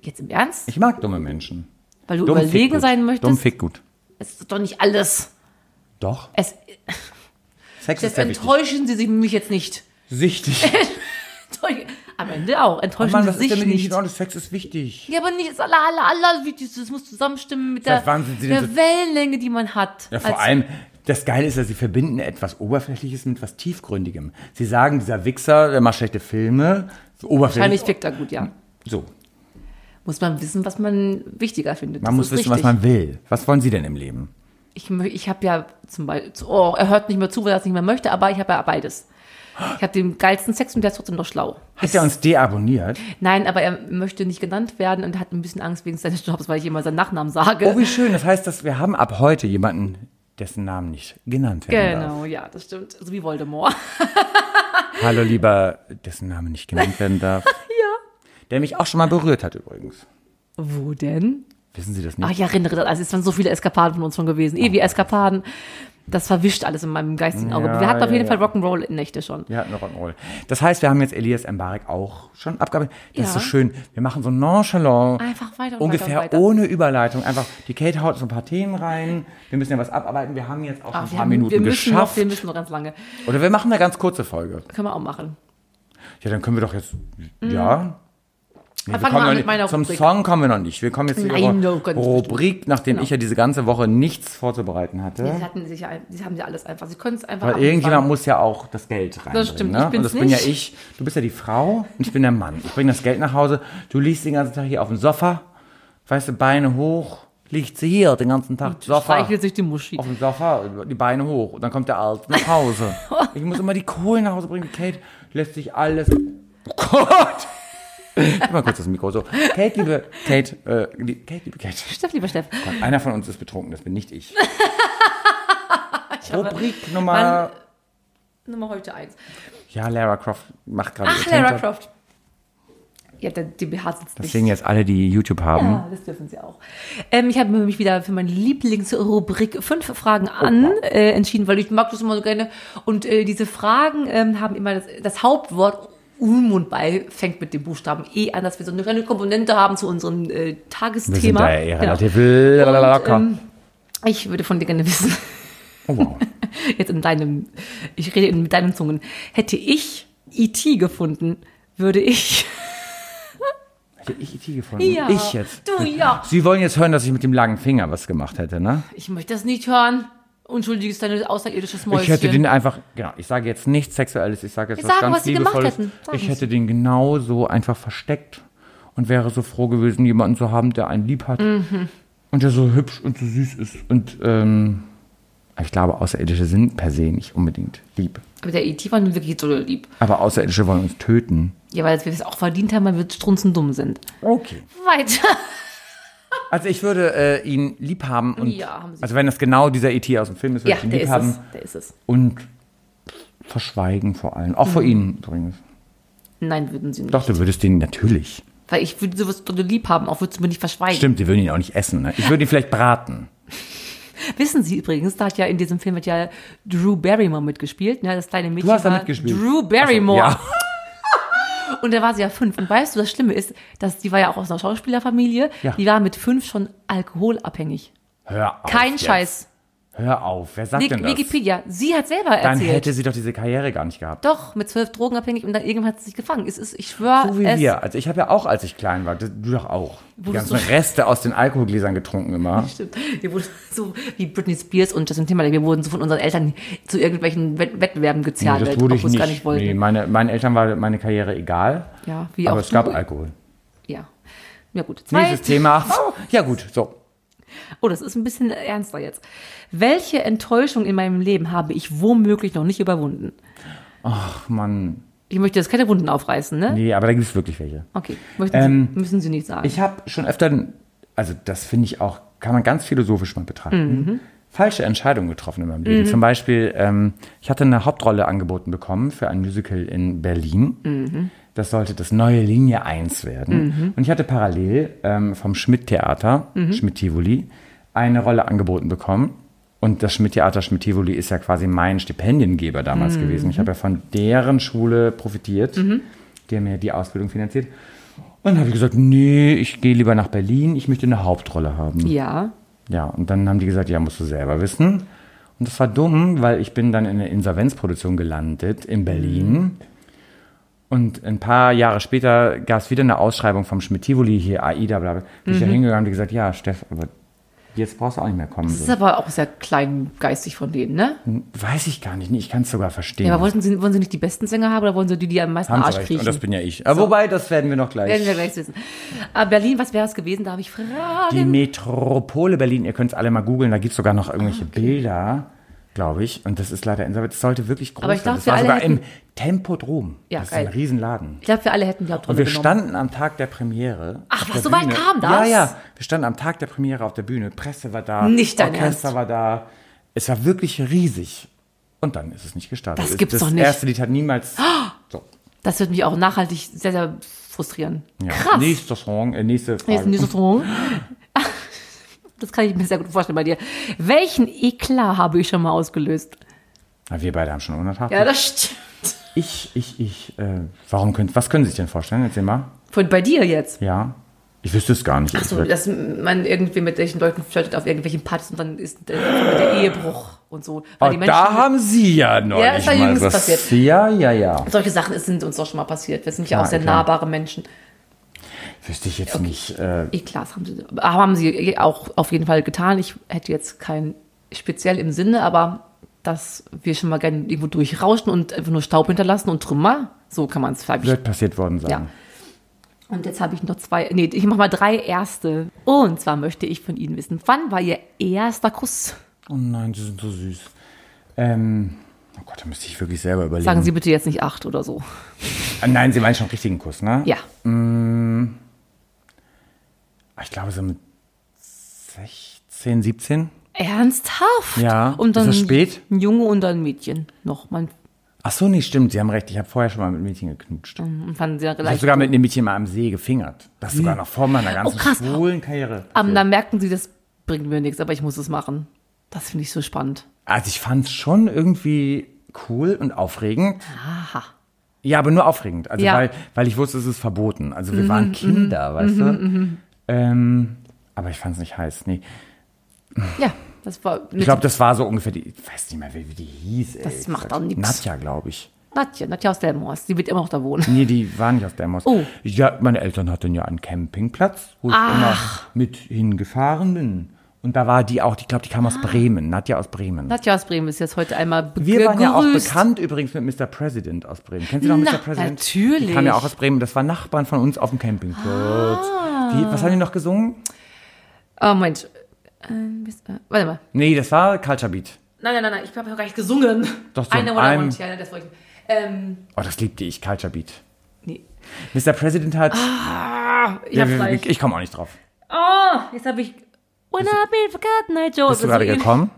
[SPEAKER 2] Jetzt im Ernst?
[SPEAKER 1] ich mag dumme Menschen.
[SPEAKER 2] Weil du
[SPEAKER 1] Dumm fickt
[SPEAKER 2] überlegen
[SPEAKER 1] gut.
[SPEAKER 2] sein
[SPEAKER 1] Dumm
[SPEAKER 2] möchtest?
[SPEAKER 1] fick gut.
[SPEAKER 2] Es ist doch nicht alles.
[SPEAKER 1] Doch.
[SPEAKER 2] Es,
[SPEAKER 1] Sex ist
[SPEAKER 2] jetzt
[SPEAKER 1] sehr wichtig.
[SPEAKER 2] enttäuschen Sie sich- mich jetzt nicht. *laughs*
[SPEAKER 1] Sichtig.
[SPEAKER 2] Enttäuschen- Am Ende auch.
[SPEAKER 1] Oh
[SPEAKER 2] Enttäuschen
[SPEAKER 1] Mann, was
[SPEAKER 2] Sie
[SPEAKER 1] ist denn
[SPEAKER 2] sich
[SPEAKER 1] mit Ihnen
[SPEAKER 2] nicht.
[SPEAKER 1] nicht? Sex ist wichtig.
[SPEAKER 2] Ja, aber nicht das aller, aller, aller Wichtigste. Es muss zusammenstimmen mit der,
[SPEAKER 1] Seit wann sind Sie denn
[SPEAKER 2] der
[SPEAKER 1] so-
[SPEAKER 2] Wellenlänge, die man hat.
[SPEAKER 1] Ja, vor
[SPEAKER 2] Als-
[SPEAKER 1] allem, das Geile ist ja, sie verbinden etwas Oberflächliches mit etwas Tiefgründigem. Sie sagen, dieser Wichser, der macht schlechte Filme. So oberflächlich.
[SPEAKER 2] Wahrscheinlich fickt er gut, ja.
[SPEAKER 1] So,
[SPEAKER 2] Muss man wissen, was man wichtiger findet.
[SPEAKER 1] man
[SPEAKER 2] Das
[SPEAKER 1] muss
[SPEAKER 2] ist
[SPEAKER 1] wissen, was
[SPEAKER 2] richtig.
[SPEAKER 1] man will. Was wollen Sie denn im Leben?
[SPEAKER 2] Ich, mö- ich habe ja zum Beispiel, oh, er hört nicht mehr zu, weil er es nicht mehr möchte, aber ich habe ja beides. Ich habe den geilsten Sex und der ist trotzdem noch schlau.
[SPEAKER 1] Hat er uns deabonniert?
[SPEAKER 2] Nein, aber er möchte nicht genannt werden und hat ein bisschen Angst wegen seines Jobs, weil ich immer seinen Nachnamen sage.
[SPEAKER 1] Oh, wie schön. Das heißt, dass wir haben ab heute jemanden, dessen Namen nicht genannt werden darf.
[SPEAKER 2] Genau, ja, das stimmt.
[SPEAKER 1] Also
[SPEAKER 2] So wie Voldemort.
[SPEAKER 1] Hallo, lieber, dessen Name nicht genannt werden darf.
[SPEAKER 2] *laughs*
[SPEAKER 1] ja. Der mich auch schon mal berührt hat übrigens.
[SPEAKER 2] *laughs* Wo denn?
[SPEAKER 1] Wissen Sie das
[SPEAKER 2] Ach,
[SPEAKER 1] nicht?
[SPEAKER 2] ich erinnere das. Also es waren so viele Eskapaden von uns schon gewesen.
[SPEAKER 1] Oh
[SPEAKER 2] Ewi Eskapaden. Das verwischt alles in meinem geistigen Auge.
[SPEAKER 1] Ja,
[SPEAKER 2] Wir hatten auf
[SPEAKER 1] ja,
[SPEAKER 2] jeden
[SPEAKER 1] ja.
[SPEAKER 2] Fall Rock'n'Roll-Nächte schon.
[SPEAKER 1] Wir hatten Rock'n'Roll. Das heißt, wir haben jetzt Elias Mbarek auch schon abgearbeitet. Das ist so
[SPEAKER 2] Ja.
[SPEAKER 1] schön. Wir machen so nonchalant.
[SPEAKER 2] Einfach weiter und
[SPEAKER 1] Ungefähr
[SPEAKER 2] weiter und weiter.
[SPEAKER 1] ohne Überleitung. Einfach, die Kate haut so ein paar Themen rein. Wir müssen ja was abarbeiten. Wir haben jetzt auch schon
[SPEAKER 2] Ach,
[SPEAKER 1] ein
[SPEAKER 2] Ah, wir,
[SPEAKER 1] paar
[SPEAKER 2] haben,
[SPEAKER 1] Minuten
[SPEAKER 2] wir, müssen noch,
[SPEAKER 1] geschafft.
[SPEAKER 2] wir müssen noch ganz lange.
[SPEAKER 1] Oder wir machen eine ganz kurze Folge.
[SPEAKER 2] Können wir auch machen.
[SPEAKER 1] Ja, dann können wir doch jetzt,
[SPEAKER 2] Mhm.
[SPEAKER 1] ja. Nee, wir
[SPEAKER 2] fang
[SPEAKER 1] kommen
[SPEAKER 2] mal
[SPEAKER 1] noch
[SPEAKER 2] mit
[SPEAKER 1] nicht-
[SPEAKER 2] meiner
[SPEAKER 1] zum
[SPEAKER 2] Rubrik.
[SPEAKER 1] Song kommen wir noch nicht. Wir kommen jetzt zu
[SPEAKER 2] Nein, oh
[SPEAKER 1] Ihrer
[SPEAKER 2] no, ganz
[SPEAKER 1] Rubrik, nachdem
[SPEAKER 2] genau.
[SPEAKER 1] ich ja diese ganze Woche nichts vorzubereiten hatte.
[SPEAKER 2] Sie hatten sich ja, sie haben sie alles einfach. Sie können es einfach.
[SPEAKER 1] Weil
[SPEAKER 2] abliefern.
[SPEAKER 1] irgendjemand muss ja auch das Geld reinbringen.
[SPEAKER 2] stimmt,
[SPEAKER 1] ne?
[SPEAKER 2] ich bin's
[SPEAKER 1] Und das bin ja
[SPEAKER 2] nicht.
[SPEAKER 1] ich. Du bist ja die Frau und ich bin der Mann. Ich bringe das Geld nach Hause. Du liegst den ganzen Tag hier auf dem Sofa. Weißt du, Beine hoch. Liegt sie hier den ganzen Tag. Sofa.
[SPEAKER 2] Streichelt sich die Muschi.
[SPEAKER 1] Auf dem Sofa, die Beine hoch. Und dann kommt der Alte nach Hause. Ich muss immer die Kohlen nach Hause bringen. Kate lässt sich alles. Oh Gott! Gib mal kurz das Mikro so. Kate, liebe Kate, äh, die- Kate, liebe Kate.
[SPEAKER 2] *laughs* Steff, lieber Steff.
[SPEAKER 1] Gott, einer von uns ist betrunken, das bin nicht ich.
[SPEAKER 2] *laughs*
[SPEAKER 1] Rubrik Nummer.
[SPEAKER 2] Wann- Nummer heute eins.
[SPEAKER 1] Ja, Lara Croft macht gerade.
[SPEAKER 2] Ach,
[SPEAKER 1] ihr
[SPEAKER 2] Lara
[SPEAKER 1] Tänzer.
[SPEAKER 2] Croft. Ja, der, die BH sitzt nicht.
[SPEAKER 1] Deswegen jetzt alle, die YouTube haben.
[SPEAKER 2] Ja, das dürfen sie auch. Ähm, ich habe mich wieder für meine Lieblingsrubrik fünf Fragen an äh, entschieden, weil ich mag das immer so gerne. Und äh, diese Fragen ähm, haben immer das, das Hauptwort um und bei fängt mit dem Buchstaben E an, dass wir so eine kleine Komponente haben zu unserem äh, Tagesthema.
[SPEAKER 1] Wir sind da ja eh
[SPEAKER 2] Genau.
[SPEAKER 1] relativ locker.
[SPEAKER 2] Und, ähm, ich würde von dir gerne wissen, *laughs*
[SPEAKER 1] Oh wow.
[SPEAKER 2] Jetzt in deinem, ich rede in- mit deinen Zungen. Hätte ich E.T. gefunden, würde ich.
[SPEAKER 1] Hätte ich IT gefunden.
[SPEAKER 2] Ja.
[SPEAKER 1] Ich jetzt.
[SPEAKER 2] Du, ja.
[SPEAKER 1] Sie wollen jetzt hören, dass ich mit dem langen Finger was gemacht hätte, ne?
[SPEAKER 2] Ich möchte das nicht hören. Unschuldiges, dein außerirdisches Mäuschen.
[SPEAKER 1] Ich hätte den einfach, genau, ich sage jetzt nichts Sexuelles, ich sage jetzt was
[SPEAKER 2] Sagen,
[SPEAKER 1] ganz
[SPEAKER 2] was Sie gemacht
[SPEAKER 1] Liebevolles.
[SPEAKER 2] hätten. Sagen
[SPEAKER 1] ich
[SPEAKER 2] Sie.
[SPEAKER 1] hätte den genauso einfach versteckt und wäre so froh gewesen, jemanden zu haben, der einen lieb hat
[SPEAKER 2] Mhm.
[SPEAKER 1] und der so hübsch und so süß ist. Und ähm, ich glaube, Außerirdische sind per se nicht unbedingt lieb.
[SPEAKER 2] Aber der E.T. war nun wirklich so lieb.
[SPEAKER 1] Aber Außerirdische wollen uns töten.
[SPEAKER 2] Ja, weil wir es auch verdient haben, weil wir strunzen dumm sind.
[SPEAKER 1] Okay.
[SPEAKER 2] Weiter.
[SPEAKER 1] Also ich würde äh, ihn lieb haben und
[SPEAKER 2] Ja, haben Sie.
[SPEAKER 1] also wenn das genau dieser E.T. aus dem Film ist, würde
[SPEAKER 2] Ja,
[SPEAKER 1] ich ihn
[SPEAKER 2] der
[SPEAKER 1] lieb
[SPEAKER 2] ist
[SPEAKER 1] haben
[SPEAKER 2] es. Der ist es.
[SPEAKER 1] und verschweigen vor allem. Auch vor
[SPEAKER 2] Mhm.
[SPEAKER 1] Ihnen übrigens.
[SPEAKER 2] Nein, würden sie nicht.
[SPEAKER 1] Doch, du würdest den natürlich.
[SPEAKER 2] Weil ich würde sowas dolle lieb haben, auch würdest du mir nicht verschweigen.
[SPEAKER 1] Stimmt, die würden ihn auch nicht essen. Ne? Ich würde ihn vielleicht braten.
[SPEAKER 2] Wissen Sie übrigens, da hat ja in diesem Film hat ja Drew Barrymore mitgespielt, ne? das kleine Mädchen.
[SPEAKER 1] hast da
[SPEAKER 2] war
[SPEAKER 1] mitgespielt.
[SPEAKER 2] Drew Barrymore.
[SPEAKER 1] Ja.
[SPEAKER 2] Und da war sie ja fünf. Und weißt du, das Schlimme ist, dass die war ja auch aus einer Schauspielerfamilie.
[SPEAKER 1] Ja.
[SPEAKER 2] Die war mit fünf schon alkoholabhängig.
[SPEAKER 1] Hör auf.
[SPEAKER 2] *laughs* Kein
[SPEAKER 1] jetzt.
[SPEAKER 2] Scheiß.
[SPEAKER 1] Hör auf. Wer sagt
[SPEAKER 2] Wik-
[SPEAKER 1] denn das?
[SPEAKER 2] Wikipedia. Sie hat selber
[SPEAKER 1] Dann
[SPEAKER 2] erzählt.
[SPEAKER 1] hätte sie doch diese Karriere gar nicht gehabt.
[SPEAKER 2] Doch, mit zwölf drogenabhängig und dann irgendwann hat sie sich gefangen. Es ist, ich schwöre,
[SPEAKER 1] So wie
[SPEAKER 2] es
[SPEAKER 1] wir. Also ich habe ja auch, als ich klein war, das- du doch auch, die
[SPEAKER 2] Wurdest
[SPEAKER 1] ganzen
[SPEAKER 2] du-
[SPEAKER 1] Reste aus den Alkoholgläsern getrunken immer.
[SPEAKER 2] Stimmt. Wir wurden *laughs* so wie Britney Spears und Justin Timberlake, wir wurden so von unseren Eltern zu irgendwelchen Wett Wettbewerben
[SPEAKER 1] Nee,
[SPEAKER 2] gezerrt,
[SPEAKER 1] das
[SPEAKER 2] obwohl
[SPEAKER 1] wurde
[SPEAKER 2] wir
[SPEAKER 1] ich
[SPEAKER 2] es
[SPEAKER 1] nicht.
[SPEAKER 2] gar nicht wollten.
[SPEAKER 1] nee, meine, meinen Eltern war meine Karriere egal.
[SPEAKER 2] Ja, wie
[SPEAKER 1] aber
[SPEAKER 2] auch
[SPEAKER 1] es gab
[SPEAKER 2] du.
[SPEAKER 1] Alkohol.
[SPEAKER 2] Ja. Ja gut. Zwei.
[SPEAKER 1] Nächstes Thema. Ja gut, so.
[SPEAKER 2] Oh, das ist ein bisschen ernster jetzt. Welche Enttäuschung in meinem Leben habe ich womöglich noch nicht überwunden?
[SPEAKER 1] Ach Mann.
[SPEAKER 2] Ich möchte jetzt keine Wunden aufreißen, ne?
[SPEAKER 1] Nee, aber da gibt es wirklich welche.
[SPEAKER 2] Okay. Möchten Sie,
[SPEAKER 1] Ähm,
[SPEAKER 2] müssen Sie nicht sagen.
[SPEAKER 1] Ich habe schon öfter, also das finde ich auch, kann man ganz philosophisch mal betrachten, falsche Entscheidungen getroffen in meinem Leben. Zum Beispiel, ähm, ich hatte eine Hauptrolle angeboten bekommen für ein Musical in Berlin. Das sollte das neue Linie 1 werden. Und ich hatte parallel ähm, vom Schmidt-Theater, Schmidt-Tivoli, eine Rolle angeboten bekommen. Und das Schmidt-Theater Schmidt-Tivoli ist ja quasi mein Stipendiengeber damals gewesen. Ich habe ja von deren Schule profitiert, die haben mir die Ausbildung finanziert. Und dann habe ich gesagt, nee, ich gehe lieber nach Berlin, ich möchte eine Hauptrolle haben.
[SPEAKER 2] ja.
[SPEAKER 1] Ja, und dann haben die gesagt, ja, musst du selber wissen. Und das war dumm, weil ich bin dann in der Insolvenzproduktion gelandet in
[SPEAKER 2] Mhm.
[SPEAKER 1] Berlin. Und ein paar Jahre später gab es wieder eine Ausschreibung vom Schmidt-Tivoli hier, AIDA, bla bla. Bin
[SPEAKER 2] Mhm.
[SPEAKER 1] ich da hingegangen und die gesagt, ja, Steff, aber jetzt brauchst du auch nicht mehr kommen.
[SPEAKER 2] Das
[SPEAKER 1] So.
[SPEAKER 2] ist aber auch sehr kleingeistig von denen, ne?
[SPEAKER 1] Weiß ich gar nicht, nee, ich kann es sogar verstehen.
[SPEAKER 2] Ja, aber wollten Sie, wollen Sie nicht die besten Sänger haben oder wollen Sie die, die am meisten
[SPEAKER 1] Haben
[SPEAKER 2] Arsch
[SPEAKER 1] Sie recht,
[SPEAKER 2] kriechen?
[SPEAKER 1] und das bin ja ich. Aber Wobei, das werden wir noch gleich.
[SPEAKER 2] Werden wir gleich wissen. Aber Berlin, was wäre es gewesen? Darf ich fragen?
[SPEAKER 1] Die Metropole Berlin, ihr könnt es alle mal googeln, da gibt es sogar
[SPEAKER 2] Ah,
[SPEAKER 1] noch irgendwelche Bilder, glaube ich. Und das ist leider insolvent. Das sollte wirklich groß
[SPEAKER 2] Aber ich
[SPEAKER 1] sein.
[SPEAKER 2] dachte,
[SPEAKER 1] Das war
[SPEAKER 2] wir alle
[SPEAKER 1] sogar im
[SPEAKER 2] hätten-
[SPEAKER 1] Tempodrom.
[SPEAKER 2] Ja,
[SPEAKER 1] das
[SPEAKER 2] geil.
[SPEAKER 1] ist ein Riesenladen.
[SPEAKER 2] Ich glaube, wir alle hätten die
[SPEAKER 1] Und
[SPEAKER 2] Hauptrolle
[SPEAKER 1] wir
[SPEAKER 2] genommen.
[SPEAKER 1] standen am Tag der Premiere.
[SPEAKER 2] Ach,
[SPEAKER 1] auf
[SPEAKER 2] was,
[SPEAKER 1] der
[SPEAKER 2] so weit
[SPEAKER 1] Bühne.
[SPEAKER 2] kam das?
[SPEAKER 1] Ja, ja. Wir standen am Tag der Premiere auf der Bühne. Presse war da.
[SPEAKER 2] Nicht dein
[SPEAKER 1] Orchester
[SPEAKER 2] Ernst.
[SPEAKER 1] war da. Es war wirklich riesig. Und dann ist es nicht gestartet.
[SPEAKER 2] Das
[SPEAKER 1] Es-
[SPEAKER 2] gibt's
[SPEAKER 1] das
[SPEAKER 2] doch nicht. Oh,
[SPEAKER 1] Das erste Lied hat niemals. So.
[SPEAKER 2] Das wird mich auch nachhaltig sehr, sehr frustrieren.
[SPEAKER 1] Ja.
[SPEAKER 2] Krass.
[SPEAKER 1] Nächster Song, äh, nächste Frage.
[SPEAKER 2] Jetzt in dieses
[SPEAKER 1] *laughs*
[SPEAKER 2] Restaurant. Das kann ich mir sehr gut vorstellen bei dir. Welchen Eklat habe ich schon mal ausgelöst?
[SPEAKER 1] Na, wir beide haben schon 100 Haare.
[SPEAKER 2] Ja, das stimmt.
[SPEAKER 1] Ich, ich, ich. Äh, warum könnt, was können Sie sich denn vorstellen? Erzähl mal.
[SPEAKER 2] Von bei dir jetzt.
[SPEAKER 1] Ja. Ich wüsste es gar nicht. ehrlich
[SPEAKER 2] So,
[SPEAKER 1] gesagt.
[SPEAKER 2] dass man irgendwie mit welchen Leuten flirtet auf irgendwelchen Partys und dann ist der, der Ehebruch und so. Weil die
[SPEAKER 1] oh,
[SPEAKER 2] Menschen
[SPEAKER 1] da haben Sie ja neulich
[SPEAKER 2] Ja, ist ja
[SPEAKER 1] mal
[SPEAKER 2] jüngst
[SPEAKER 1] was.
[SPEAKER 2] passiert.
[SPEAKER 1] Ja, ja, ja.
[SPEAKER 2] solche Sachen sind uns doch schon mal passiert. Wir sind ja
[SPEAKER 1] Klar,
[SPEAKER 2] auch sehr
[SPEAKER 1] klar.
[SPEAKER 2] nahbare Menschen.
[SPEAKER 1] Wüsste ich jetzt nicht. Äh,
[SPEAKER 2] Eklas haben sie, haben sie auch auf jeden Fall getan. Ich hätte jetzt kein speziell im Sinne, aber dass wir schon mal gerne irgendwo durchrauschen und einfach nur Staub hinterlassen und Trümmer. So kann man es vielleicht.
[SPEAKER 1] wird passiert worden sein.
[SPEAKER 2] Ja. Und jetzt habe ich noch zwei, nee, ich mache mal drei erste. Und zwar möchte ich von Ihnen wissen, wann war Ihr erster Kuss?
[SPEAKER 1] Oh nein, Sie sind so süß. Ähm, oh Gott, da müsste ich wirklich selber überlegen.
[SPEAKER 2] Sagen Sie bitte jetzt nicht acht oder so.
[SPEAKER 1] Ah, Nein, Sie meinen schon einen richtigen Kuss, ne?
[SPEAKER 2] Ja.
[SPEAKER 1] Ah, Ich glaube, so mit 16, 17.
[SPEAKER 2] Ernsthaft?
[SPEAKER 1] Ja.
[SPEAKER 2] Und dann
[SPEAKER 1] Ist das spät?
[SPEAKER 2] ein Junge und dann ein Mädchen. Noch mal.
[SPEAKER 1] Ach so, nee, stimmt, Sie haben recht. Ich habe vorher schon mal mit Mädchen geknutscht.
[SPEAKER 2] Und fanden Sie dann
[SPEAKER 1] Ich habe
[SPEAKER 2] gleich.
[SPEAKER 1] sogar mit einem Mädchen mal am See gefingert. Das sogar noch vor meiner ganzen
[SPEAKER 2] Hm. Oh, krass.
[SPEAKER 1] schwulen Karriere.
[SPEAKER 2] Aber dann merkten Sie, das bringt mir nichts, aber ich muss es machen. Das finde ich so spannend.
[SPEAKER 1] Also ich fand es schon irgendwie cool und aufregend.
[SPEAKER 2] Aha.
[SPEAKER 1] Ja, aber nur aufregend. Also
[SPEAKER 2] Ja. Mhm,
[SPEAKER 1] weil, weil ich wusste, es ist verboten. Also wir waren Kinder, weißt du? Ähm, aber ich fand es nicht heiß. Nee.
[SPEAKER 2] Ja, Das war
[SPEAKER 1] Ich glaube, das war so ungefähr die, ich weiß nicht mehr, wie, wie die hieß.
[SPEAKER 2] Das
[SPEAKER 1] ehrlich
[SPEAKER 2] macht
[SPEAKER 1] gesagt.
[SPEAKER 2] auch nix.
[SPEAKER 1] Nadja, glaube ich.
[SPEAKER 2] Nadja, Nadja aus Delmhorst. Die wird immer noch da wohnen.
[SPEAKER 1] Nee, die waren nicht aus Delmhorst.
[SPEAKER 2] Oh.
[SPEAKER 1] Ja, meine Eltern hatten ja einen Campingplatz, wo ich
[SPEAKER 2] Ach.
[SPEAKER 1] immer mit hingefahren bin. Und da war die auch, ich glaube, die kam aus
[SPEAKER 2] Ah.
[SPEAKER 1] Bremen, Nadja aus Bremen.
[SPEAKER 2] Nadja aus Bremen ist jetzt heute einmal be-
[SPEAKER 1] Wir waren ja auch
[SPEAKER 2] gegrüßt.
[SPEAKER 1] bekannt übrigens mit Mr. President aus Bremen. Kennst du noch
[SPEAKER 2] Na,
[SPEAKER 1] Mr. President?
[SPEAKER 2] natürlich.
[SPEAKER 1] Die kam ja auch aus Bremen. Das waren Nachbarn von uns auf dem Campingplatz.
[SPEAKER 2] Ah.
[SPEAKER 1] Die, was haben die noch gesungen?
[SPEAKER 2] Oh Mensch. Ähm, bist- äh, warte mal.
[SPEAKER 1] Nee, das war Culture Beat.
[SPEAKER 2] Nein, nein, nein, nein. ich habe ja gar nicht gesungen.
[SPEAKER 1] Doch, so
[SPEAKER 2] Eine
[SPEAKER 1] in
[SPEAKER 2] oder
[SPEAKER 1] einem-
[SPEAKER 2] one, ja, nein, das wollte ich. nicht. Ähm,
[SPEAKER 1] Oh, das liebte ich, Culture Beat.
[SPEAKER 2] nee.
[SPEAKER 1] Mr. President hat.
[SPEAKER 2] Ah, ich
[SPEAKER 1] ja,
[SPEAKER 2] hab's
[SPEAKER 1] wir-
[SPEAKER 2] gleich.
[SPEAKER 1] ich komme auch nicht drauf.
[SPEAKER 2] Oh, jetzt habe ich. When I've been forgotten, I Joe.
[SPEAKER 1] Bist du gerade gekommen?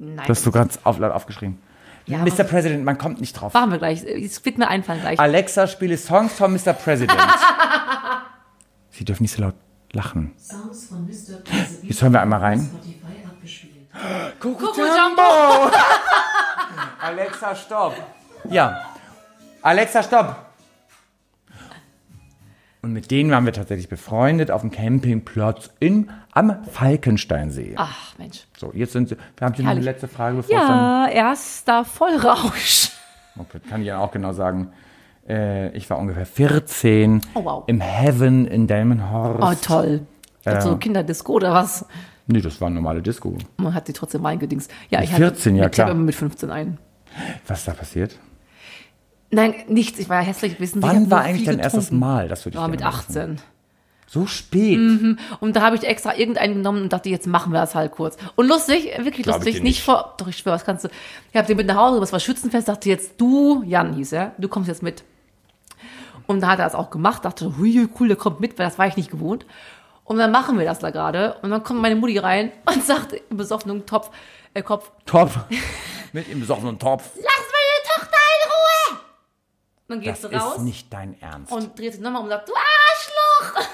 [SPEAKER 2] Nein.
[SPEAKER 1] Das hast du ganz auf, laut aufgeschrieben.
[SPEAKER 2] Ja,
[SPEAKER 1] Mr. President, man kommt nicht drauf.
[SPEAKER 2] Machen wir gleich. Es wird mir einfallen gleich.
[SPEAKER 1] Alexa, spiele Songs von Mr. President. *laughs* Sie dürfen nicht so laut lachen.
[SPEAKER 4] Songs von Mr. President
[SPEAKER 1] Jetzt hören wir einmal rein.
[SPEAKER 4] Spotify
[SPEAKER 1] *gasps*
[SPEAKER 4] abgespielt.
[SPEAKER 1] Kuckuchambo! *laughs* Alexa, stopp. Ja. Alexa, stopp. Und mit denen waren wir tatsächlich befreundet auf dem Campingplatz in, am Falkensteinsee.
[SPEAKER 2] Ach, Mensch.
[SPEAKER 1] So, jetzt sind sie. Wir haben hier noch eine
[SPEAKER 2] Herrlich.
[SPEAKER 1] letzte Frage, bevor es dann.
[SPEAKER 2] Ja, erster Vollrausch.
[SPEAKER 1] Okay, kann ich ja auch genau sagen. Äh, ich war ungefähr 14
[SPEAKER 2] Oh, wow.
[SPEAKER 1] im Heaven in Delmenhorst.
[SPEAKER 2] Oh, toll. Also
[SPEAKER 1] Ja.
[SPEAKER 2] Kinderdisco oder was?
[SPEAKER 1] Nee, das war eine normale Disco.
[SPEAKER 2] Man hat sie trotzdem reingedingst. Ja, ich
[SPEAKER 1] 14, ja,
[SPEAKER 2] hatte, ich tippe
[SPEAKER 1] klar.
[SPEAKER 2] immer mit 15 ein.
[SPEAKER 1] Was ist da passiert?
[SPEAKER 2] Nein, nichts. Ich war ja hässlich wissen.
[SPEAKER 1] Wann war eigentlich dein erstes Mal, dass du dich
[SPEAKER 2] War mit Mhm.
[SPEAKER 1] gerne wissen-
[SPEAKER 2] 18.
[SPEAKER 1] So spät.
[SPEAKER 2] Und da habe ich extra irgendeinen genommen und dachte, jetzt machen wir das halt kurz. Und lustig, wirklich
[SPEAKER 1] Glaub ich
[SPEAKER 2] lustig,
[SPEAKER 1] dir
[SPEAKER 2] nicht,
[SPEAKER 1] nicht.
[SPEAKER 2] vor. Doch, ich schwöre, das kannst du. Ich habe den mit nach Hause, gebracht, es war Schützenfest, dachte jetzt, du, Jan hieß er, du kommst jetzt mit. Und da hat er das auch gemacht, dachte, hui, cool, der kommt mit, weil das war ich nicht gewohnt. Und dann machen wir das da gerade. Und dann kommt meine Mutti rein *laughs* und sagt im besoffenen Topf, äh, Kopf, *laughs*
[SPEAKER 1] Topf. mit im besoffenen Topf.
[SPEAKER 2] lass meine Tochter in Ruhe! Und dann
[SPEAKER 1] Das
[SPEAKER 2] gehst du
[SPEAKER 1] ist
[SPEAKER 2] raus
[SPEAKER 1] nicht dein Ernst.
[SPEAKER 2] und dreht sich nochmal um und sagt, du Arschloch!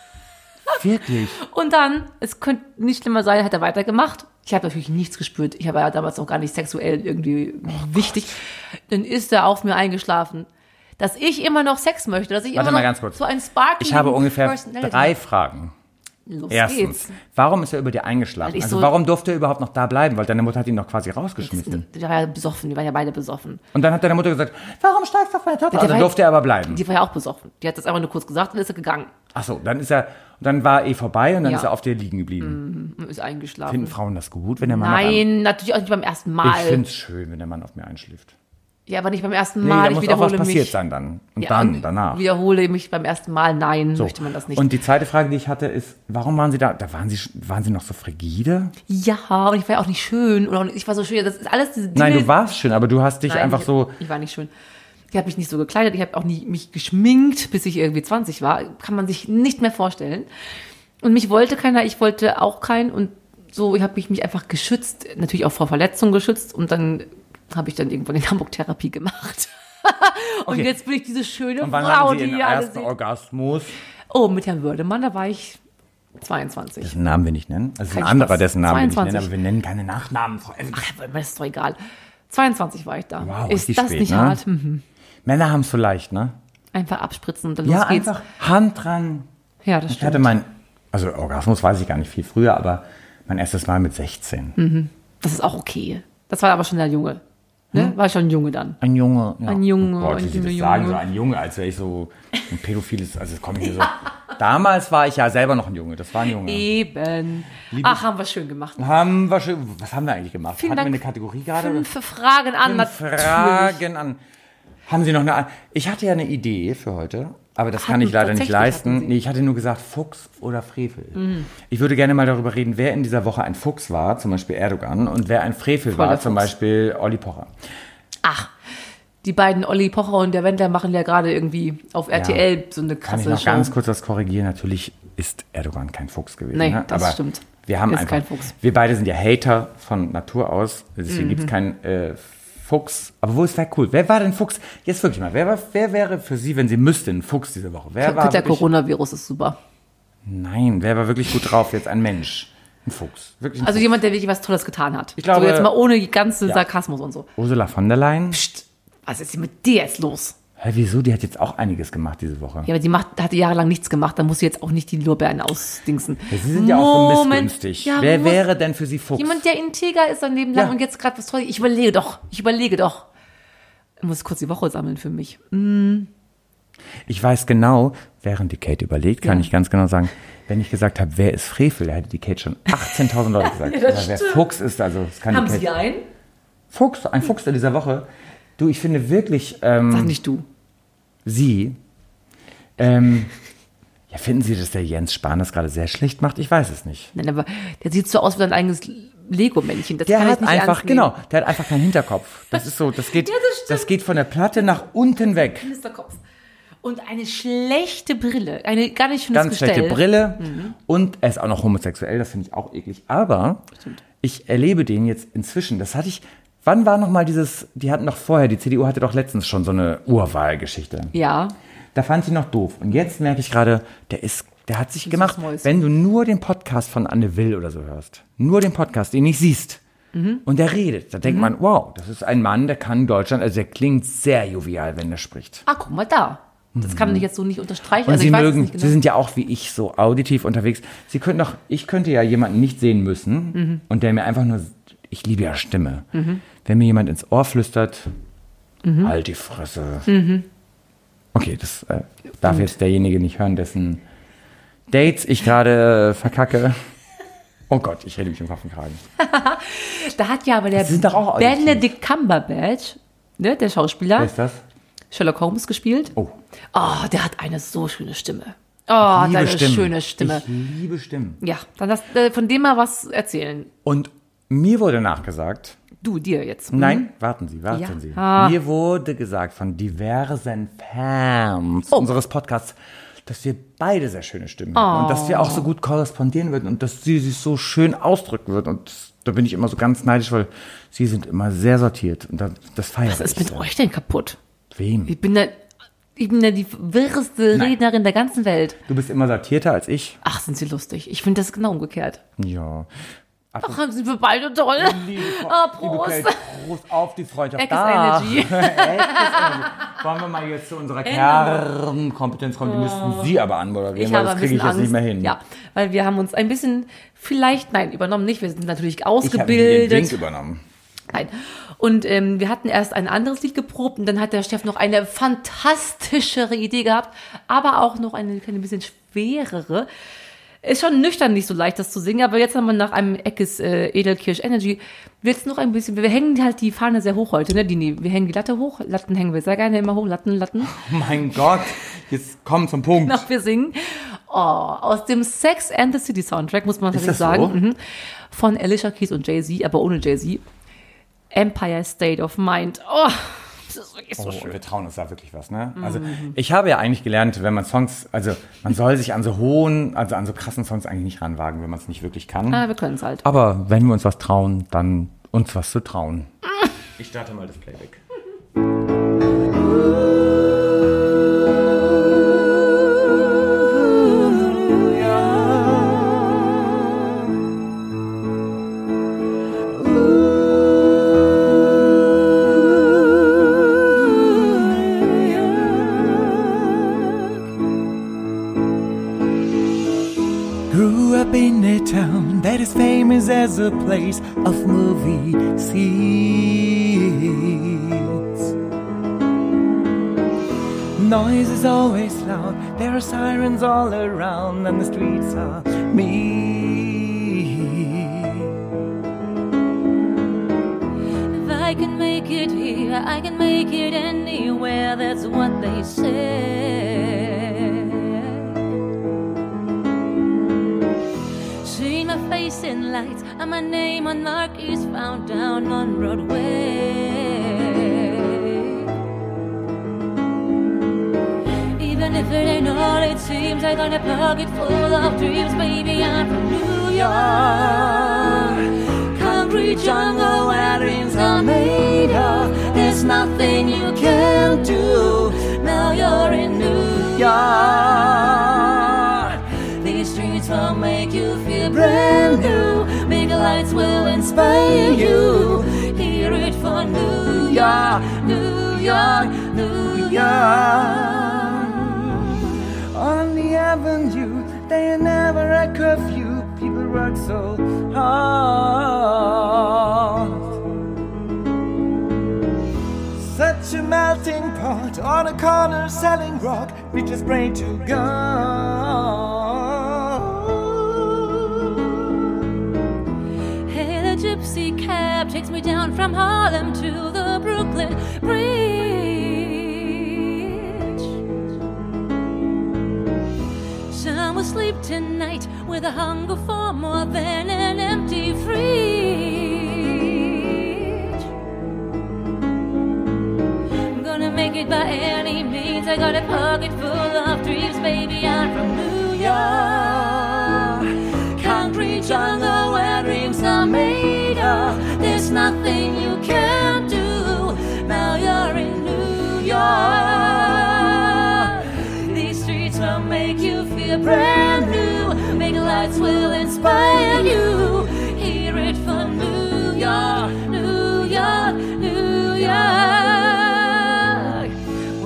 [SPEAKER 2] *laughs*
[SPEAKER 1] Wirklich.
[SPEAKER 2] Und dann, es könnte nicht schlimmer sein, hat er weitergemacht. Ich habe natürlich nichts gespürt. Ich war ja damals auch gar nicht sexuell irgendwie wichtig. Dann ist er auf mir eingeschlafen. Dass ich immer noch Sex möchte, dass ich
[SPEAKER 1] Warte mal
[SPEAKER 2] immer noch
[SPEAKER 1] ganz kurz.
[SPEAKER 2] so ein Spark
[SPEAKER 1] Ich habe ungefähr drei Fragen.
[SPEAKER 2] Los
[SPEAKER 1] Erstens,
[SPEAKER 2] geht's.
[SPEAKER 1] warum ist er über dir eingeschlafen?
[SPEAKER 2] Weil ich
[SPEAKER 1] Also
[SPEAKER 2] so-
[SPEAKER 1] warum durfte er überhaupt noch da bleiben? Weil deine Mutter hat ihn noch quasi
[SPEAKER 2] Der
[SPEAKER 1] rausgeschmissen.
[SPEAKER 2] der war ja besoffen, wir waren ja beide besoffen.
[SPEAKER 1] Und dann hat deine Mutter gesagt, warum steigst du auf meine Tochter?
[SPEAKER 2] Der
[SPEAKER 1] Also
[SPEAKER 2] war-
[SPEAKER 1] durfte er aber bleiben.
[SPEAKER 2] Die war ja auch besoffen. Die hat das einfach nur kurz gesagt und ist gegangen
[SPEAKER 1] Ach so, dann ist er, dann war eh vorbei und dann
[SPEAKER 2] Ja.
[SPEAKER 1] ist er auf dir liegen geblieben.
[SPEAKER 2] und ist eingeschlafen.
[SPEAKER 1] Finden Frauen das gut, wenn der Mann auf
[SPEAKER 2] Nein, natürlich auch nicht beim ersten
[SPEAKER 1] einem- Ich
[SPEAKER 2] Mal.
[SPEAKER 1] finde es schön, wenn der Mann auf mir einschläft.
[SPEAKER 2] Ja, aber nicht beim ersten
[SPEAKER 1] Nee,
[SPEAKER 2] Mal.
[SPEAKER 1] da
[SPEAKER 2] ich
[SPEAKER 1] muss auch was
[SPEAKER 2] wiederhole
[SPEAKER 1] passiert
[SPEAKER 2] mich.
[SPEAKER 1] sein dann. Und
[SPEAKER 2] Ja,
[SPEAKER 1] dann,
[SPEAKER 2] und
[SPEAKER 1] danach.
[SPEAKER 2] Wiederhole mich beim ersten Mal. Nein,
[SPEAKER 1] So.
[SPEAKER 2] möchte man das nicht.
[SPEAKER 1] Und die zweite Frage, die ich hatte, ist, warum waren sie da? Da waren sie, sch- waren sie noch so frigide?
[SPEAKER 2] Ja, und ich war ja auch nicht schön. Und auch nicht- ich war so schön. Das ist alles diese Dinge.
[SPEAKER 1] Nein, du warst schön, aber du hast dich
[SPEAKER 2] Nein,
[SPEAKER 1] einfach
[SPEAKER 2] ich,
[SPEAKER 1] so.
[SPEAKER 2] Ich war nicht schön. Ich habe mich nicht so gekleidet. Ich habe auch nie mich geschminkt, bis ich irgendwie 20 war. Kann man sich nicht mehr vorstellen. Und mich wollte keiner. Ich wollte auch keinen. Und so, ich habe mich, mich einfach geschützt. Natürlich auch vor Verletzungen geschützt. Und dann habe ich dann irgendwann in Hamburg Therapie gemacht. *laughs* und
[SPEAKER 1] Okay.
[SPEAKER 2] jetzt bin ich diese schöne
[SPEAKER 1] Und wann
[SPEAKER 2] Frau,
[SPEAKER 1] haben sie
[SPEAKER 2] die
[SPEAKER 1] ihren
[SPEAKER 2] ihr alle
[SPEAKER 1] ersten
[SPEAKER 2] seht.
[SPEAKER 1] Orgasmus?
[SPEAKER 2] Oh, mit Herrn Würdemann, da war ich 22.
[SPEAKER 1] Dessen Namen wir nicht nennen. Also es ist ein
[SPEAKER 2] Kein
[SPEAKER 1] anderer,
[SPEAKER 2] Spaß.
[SPEAKER 1] dessen Namen wir nicht
[SPEAKER 2] 22.
[SPEAKER 1] nennen, aber wir nennen keine Nachnamen. Frau Elf.
[SPEAKER 2] Ach, aber das ist doch egal. 22 war ich da.
[SPEAKER 1] Wow,
[SPEAKER 2] ist
[SPEAKER 1] richtig
[SPEAKER 2] das
[SPEAKER 1] spät,
[SPEAKER 2] nicht
[SPEAKER 1] ne?
[SPEAKER 2] hart? Mhm.
[SPEAKER 1] Männer haben es so leicht, ne?
[SPEAKER 2] Einfach abspritzen und dann
[SPEAKER 1] Ja,
[SPEAKER 2] los geht's.
[SPEAKER 1] einfach Hand dran.
[SPEAKER 2] Ja, das
[SPEAKER 1] Ich hatte
[SPEAKER 2] stimmt.
[SPEAKER 1] mein, also Orgasmus weiß ich gar nicht viel früher, aber mein erstes Mal mit 16.
[SPEAKER 2] Das ist auch okay. Das war aber schon der Junge. Ne?
[SPEAKER 1] Hm?
[SPEAKER 2] War schon ein Junge dann.
[SPEAKER 1] Ein Junge. Ja.
[SPEAKER 2] Ein Junge,
[SPEAKER 1] Oh Gott, wie
[SPEAKER 2] ein
[SPEAKER 1] sie das
[SPEAKER 2] Junge,
[SPEAKER 1] sagen, so
[SPEAKER 2] Junge.
[SPEAKER 1] ein Junge, als wäre ich so ein pädophiles, also es kommt mir so. Damals war ich ja selber noch ein Junge, das war ein
[SPEAKER 2] Eh.
[SPEAKER 1] Junge.
[SPEAKER 2] Eben. Ach, haben wir schön gemacht.
[SPEAKER 1] Haben wir schon, was haben wir eigentlich gemacht?
[SPEAKER 2] Vielen
[SPEAKER 1] Hatten
[SPEAKER 2] Dank.
[SPEAKER 1] wir eine Kategorie gerade?
[SPEAKER 2] Fünf Fragen an.
[SPEAKER 1] Fünf
[SPEAKER 2] natürlich.
[SPEAKER 1] Fragen an. Haben Sie noch eine? an- Ich hatte ja eine Idee für heute, aber das kann
[SPEAKER 2] Hatten-
[SPEAKER 1] ich leider nicht
[SPEAKER 2] tatsächlich hatten
[SPEAKER 1] leisten.
[SPEAKER 2] Sie. Mhm.
[SPEAKER 1] Nee, ich hatte nur gesagt Fuchs oder Frevel. Ich würde gerne mal darüber reden, wer in dieser Woche ein Fuchs war, zum Beispiel Erdogan, und wer ein Frevel
[SPEAKER 2] Voll
[SPEAKER 1] war,
[SPEAKER 2] der
[SPEAKER 1] zum
[SPEAKER 2] Fuchs.
[SPEAKER 1] Beispiel Olli Pocher.
[SPEAKER 2] Ach, die beiden Olli Pocher und der Wendler machen ja gerade irgendwie auf RTL so eine
[SPEAKER 1] Kann ich
[SPEAKER 2] krasse
[SPEAKER 1] noch
[SPEAKER 2] Show.
[SPEAKER 1] ganz kurz was korrigieren? Natürlich ist Erdogan kein Fuchs gewesen.
[SPEAKER 2] Nee,
[SPEAKER 1] ne?
[SPEAKER 2] das
[SPEAKER 1] Aber
[SPEAKER 2] stimmt.
[SPEAKER 1] Wir haben
[SPEAKER 2] Ist
[SPEAKER 1] einfach,
[SPEAKER 2] kein Fuchs. Mhm.
[SPEAKER 1] Wir beide sind ja Hater von Natur aus. Deswegen gibt es keinen äh, Fuchs. Aber wo ist wer cool? Wer war denn Fuchs? Jetzt wirklich mal. Wer, war, wer wäre für Sie, wenn Sie müssten, ein Fuchs diese Woche? Wer war
[SPEAKER 2] der
[SPEAKER 1] wirklich,
[SPEAKER 2] Coronavirus ist super.
[SPEAKER 1] Nein, wer war wirklich gut drauf? Jetzt ein Mensch. Ein Fuchs. Wirklich ein
[SPEAKER 2] Also
[SPEAKER 1] Fuchs.
[SPEAKER 2] jemand, der wirklich was Tolles getan hat. Ich
[SPEAKER 1] glaube-
[SPEAKER 2] so jetzt mal ohne die ganze
[SPEAKER 1] Ja.
[SPEAKER 2] Sarkasmus und so.
[SPEAKER 1] Ursula von der Leyen.
[SPEAKER 2] Psst, was ist denn mit dir jetzt los?
[SPEAKER 1] Hä, wieso? Die hat jetzt auch einiges gemacht diese Woche.
[SPEAKER 2] Ja, aber die macht, hatte jahrelang nichts gemacht, da muss sie jetzt auch nicht die Lorbeeren ausdingsen.
[SPEAKER 1] Ja, Sie sind ja auch so
[SPEAKER 2] Moment.
[SPEAKER 1] missgünstig.
[SPEAKER 2] Ja,
[SPEAKER 1] Wer
[SPEAKER 2] muss-
[SPEAKER 1] wäre denn für Sie Fuchs?
[SPEAKER 2] Jemand, der integer ist sein Leben lang
[SPEAKER 1] Ja.
[SPEAKER 2] und jetzt gerade was treu. Ich überlege doch, ich überlege doch. Ich muss kurz die Woche sammeln für mich.
[SPEAKER 1] ich weiß genau, während die Kate überlegt, kann
[SPEAKER 2] Ja.
[SPEAKER 1] ich ganz genau sagen, wenn ich gesagt habe, wer ist Frevel, hätte die Kate schon 18.000 Leute gesagt.
[SPEAKER 2] *laughs* Ja, das
[SPEAKER 1] aber wer
[SPEAKER 2] stimmt.
[SPEAKER 1] Fuchs ist, also das kann
[SPEAKER 2] Haben
[SPEAKER 1] die Kate.
[SPEAKER 2] Sie einen?
[SPEAKER 1] Fuchs, ein Fuchs in dieser Woche. Du, ich finde wirklich, ähm,
[SPEAKER 2] Sag nicht du.
[SPEAKER 1] Sie, ähm, ja, finden Sie, dass der Jens Spahn das gerade sehr schlecht macht? Ich weiß es nicht.
[SPEAKER 2] Nein, aber der sieht so aus wie ein eigenes Lego-Männchen. Das
[SPEAKER 1] Der
[SPEAKER 2] kann
[SPEAKER 1] hat
[SPEAKER 2] ich nicht
[SPEAKER 1] einfach,
[SPEAKER 2] ernst nehmen.
[SPEAKER 1] genau, der hat einfach keinen Hinterkopf. Das ist so,
[SPEAKER 2] *laughs*
[SPEAKER 1] das geht,
[SPEAKER 2] Ja, das
[SPEAKER 1] das,
[SPEAKER 2] stimmt.
[SPEAKER 1] geht von der Platte nach unten weg.
[SPEAKER 2] Knisterkopf. Und eine schlechte Brille. Eine gar nicht schönes
[SPEAKER 1] Ganz
[SPEAKER 2] Gestell.
[SPEAKER 1] schlechte Brille und er ist auch noch homosexuell, das finde ich auch eklig. Aber ich erlebe den jetzt inzwischen, das hatte ich, wann war noch mal dieses, die hatten noch vorher, die CDU hatte doch letztens schon so eine Urwahlgeschichte.
[SPEAKER 2] Ja.
[SPEAKER 1] Da fand ich ihn noch doof. Und jetzt merke ich gerade, der ist, der hat sich gemacht.
[SPEAKER 2] Mäuschen.
[SPEAKER 1] Wenn du nur den Podcast von Anne Will oder so hörst, nur den Podcast, den nicht siehst, und der redet, da denkt man, wow, das ist ein Mann, der kann Deutschland, also der klingt sehr jovial, wenn er spricht.
[SPEAKER 2] Ah, guck mal da. Das kann ich jetzt so nicht unterstreichen.
[SPEAKER 1] Mhm. Und
[SPEAKER 2] also
[SPEAKER 1] sie
[SPEAKER 2] ich weiß es
[SPEAKER 1] mögen,
[SPEAKER 2] nicht genau.
[SPEAKER 1] sie sind ja auch wie ich so auditiv unterwegs. Sie könnten doch, ich könnte ja jemanden nicht sehen müssen
[SPEAKER 2] Mhm.
[SPEAKER 1] und der mir einfach nur, ich liebe ja Stimme. Wenn mir jemand ins Ohr flüstert,
[SPEAKER 2] Mhm.
[SPEAKER 1] halt die Fresse. Okay, das äh, darf jetzt derjenige nicht hören, dessen Dates ich gerade äh, verkacke. Oh Gott, ich rede mich im Kopf und Kragen.
[SPEAKER 2] da hat ja aber der
[SPEAKER 1] Sie sind doch auch
[SPEAKER 2] Benedict Cumberbatch, ne, der Schauspieler,
[SPEAKER 1] Wer ist das?
[SPEAKER 2] Sherlock Holmes gespielt.
[SPEAKER 1] Oh.
[SPEAKER 2] Oh, der hat eine so schöne Stimme. Oh,
[SPEAKER 1] liebe
[SPEAKER 2] deine
[SPEAKER 1] Stimmen.
[SPEAKER 2] schöne Stimme.
[SPEAKER 1] Ich liebe Stimmen.
[SPEAKER 2] Ja, dann lass äh, von dem mal was erzählen.
[SPEAKER 1] Und mir wurde nachgesagt,
[SPEAKER 2] Du, dir jetzt.
[SPEAKER 1] Nein, warten Sie, warten
[SPEAKER 2] Hm? Ja.
[SPEAKER 1] Sie.
[SPEAKER 2] Ah.
[SPEAKER 1] Mir wurde gesagt von diversen Fans
[SPEAKER 2] Oh.
[SPEAKER 1] unseres Podcasts, dass wir beide sehr schöne Stimmen haben und dass wir
[SPEAKER 2] Oh.
[SPEAKER 1] auch so gut korrespondieren würden und dass sie sich so schön ausdrücken würden. Und das, da bin ich immer so ganz neidisch, weil sie sind immer sehr sortiert und das, das feiere
[SPEAKER 2] Was ist
[SPEAKER 1] ich.
[SPEAKER 2] mit euch denn kaputt?
[SPEAKER 1] Wem?
[SPEAKER 2] Ich bin da, ich bin da die wirreste
[SPEAKER 1] Nein.
[SPEAKER 2] Rednerin der ganzen Welt.
[SPEAKER 1] Du bist immer sortierter als ich.
[SPEAKER 2] Ach, sind sie lustig. Ich finde das genau umgekehrt.
[SPEAKER 1] Ja. Ab-
[SPEAKER 2] Ach, sind wir beide toll.
[SPEAKER 1] Liebe Frau-
[SPEAKER 2] *laughs* Ah,
[SPEAKER 1] liebe
[SPEAKER 2] Prost.
[SPEAKER 1] Kate, Prost auf die Freundschaft.
[SPEAKER 2] Eckes
[SPEAKER 1] Ah.
[SPEAKER 2] Energy.
[SPEAKER 1] Wollen wir mal jetzt zu unserer Kernkompetenz kommen? Die
[SPEAKER 2] Oh.
[SPEAKER 1] müssten Sie aber anmoderieren, weil das kriege ich jetzt nicht mehr hin.
[SPEAKER 2] Ja, weil wir haben uns ein bisschen vielleicht, nein, übernommen nicht. Wir sind natürlich
[SPEAKER 1] Ich habe den
[SPEAKER 2] ausgebildet.
[SPEAKER 1] Drink übernommen. *laughs*
[SPEAKER 2] Nein. Und ähm, wir hatten erst ein anderes Lied geprobt und dann hat der Chef noch eine fantastischere Idee gehabt, aber auch noch eine kleine bisschen schwerere. Ist schon nüchtern nicht so leicht, das zu singen, aber jetzt haben wir nach einem Eckes äh, Edelkirsch Energy jetzt noch ein bisschen. Wir hängen halt die Fahne sehr hoch heute, ne, Dini? Wir hängen die Latte hoch, Latten hängen wir sehr gerne immer hoch, Latten, Latten.
[SPEAKER 1] Mein Gott, jetzt komm zum Punkt.
[SPEAKER 2] Noch wir singen. Oh, aus dem Sex and the City Soundtrack muss man
[SPEAKER 1] das
[SPEAKER 2] tatsächlich
[SPEAKER 1] so?
[SPEAKER 2] sagen. Mhm. Von Alicia Keys und Jay-Z, aber ohne Jay-Z. Empire State of Mind. Oh, das ist wirklich so
[SPEAKER 1] Oh,
[SPEAKER 2] schön.
[SPEAKER 1] wir trauen uns da wirklich was, ne? Also
[SPEAKER 2] Mhm.
[SPEAKER 1] ich habe ja eigentlich gelernt, wenn man Songs, also man soll sich an so hohen, also an so krassen Songs eigentlich nicht ranwagen, wenn man es nicht wirklich kann.
[SPEAKER 2] Ah, wir können es halt.
[SPEAKER 1] Aber wenn wir uns was trauen, dann uns was zu trauen. Ich starte mal das Playback. Grew up in a town that is famous as a place of movie scenes. Noise is always loud, there are sirens all around, and the streets are mean.
[SPEAKER 5] If I can make it here, I can make it anywhere. That's what they say. Seen my face in lights, and my name on marquees found down on Broadway. Even if it ain't all it seems, I got a pocket full of dreams. Baby, I'm from New York. Concrete jungle where dreams are made of. There's nothing you can do. Now you're in New York. These streets will make you feel brand new. Big lights will inspire you. Hear it for New York, New York. York, New York.
[SPEAKER 6] On the avenue, they never a curfew. People work so hard. Such a melting pot on a corner selling rock. We just pray to God.
[SPEAKER 5] Hey, the gypsy cab takes me down from Harlem to the Brooklyn Bridge. Some will sleep tonight with a hunger for more than an empty fridge. I'm gonna make it by any means. I got a pocket full of dreams, baby. I'm from New York. Concrete jungle where dreams are made of. There's nothing you can do. Now you're in New York. These streets will make you feel brand new. Make lights will inspire you. Hear it from New York, New York, New York.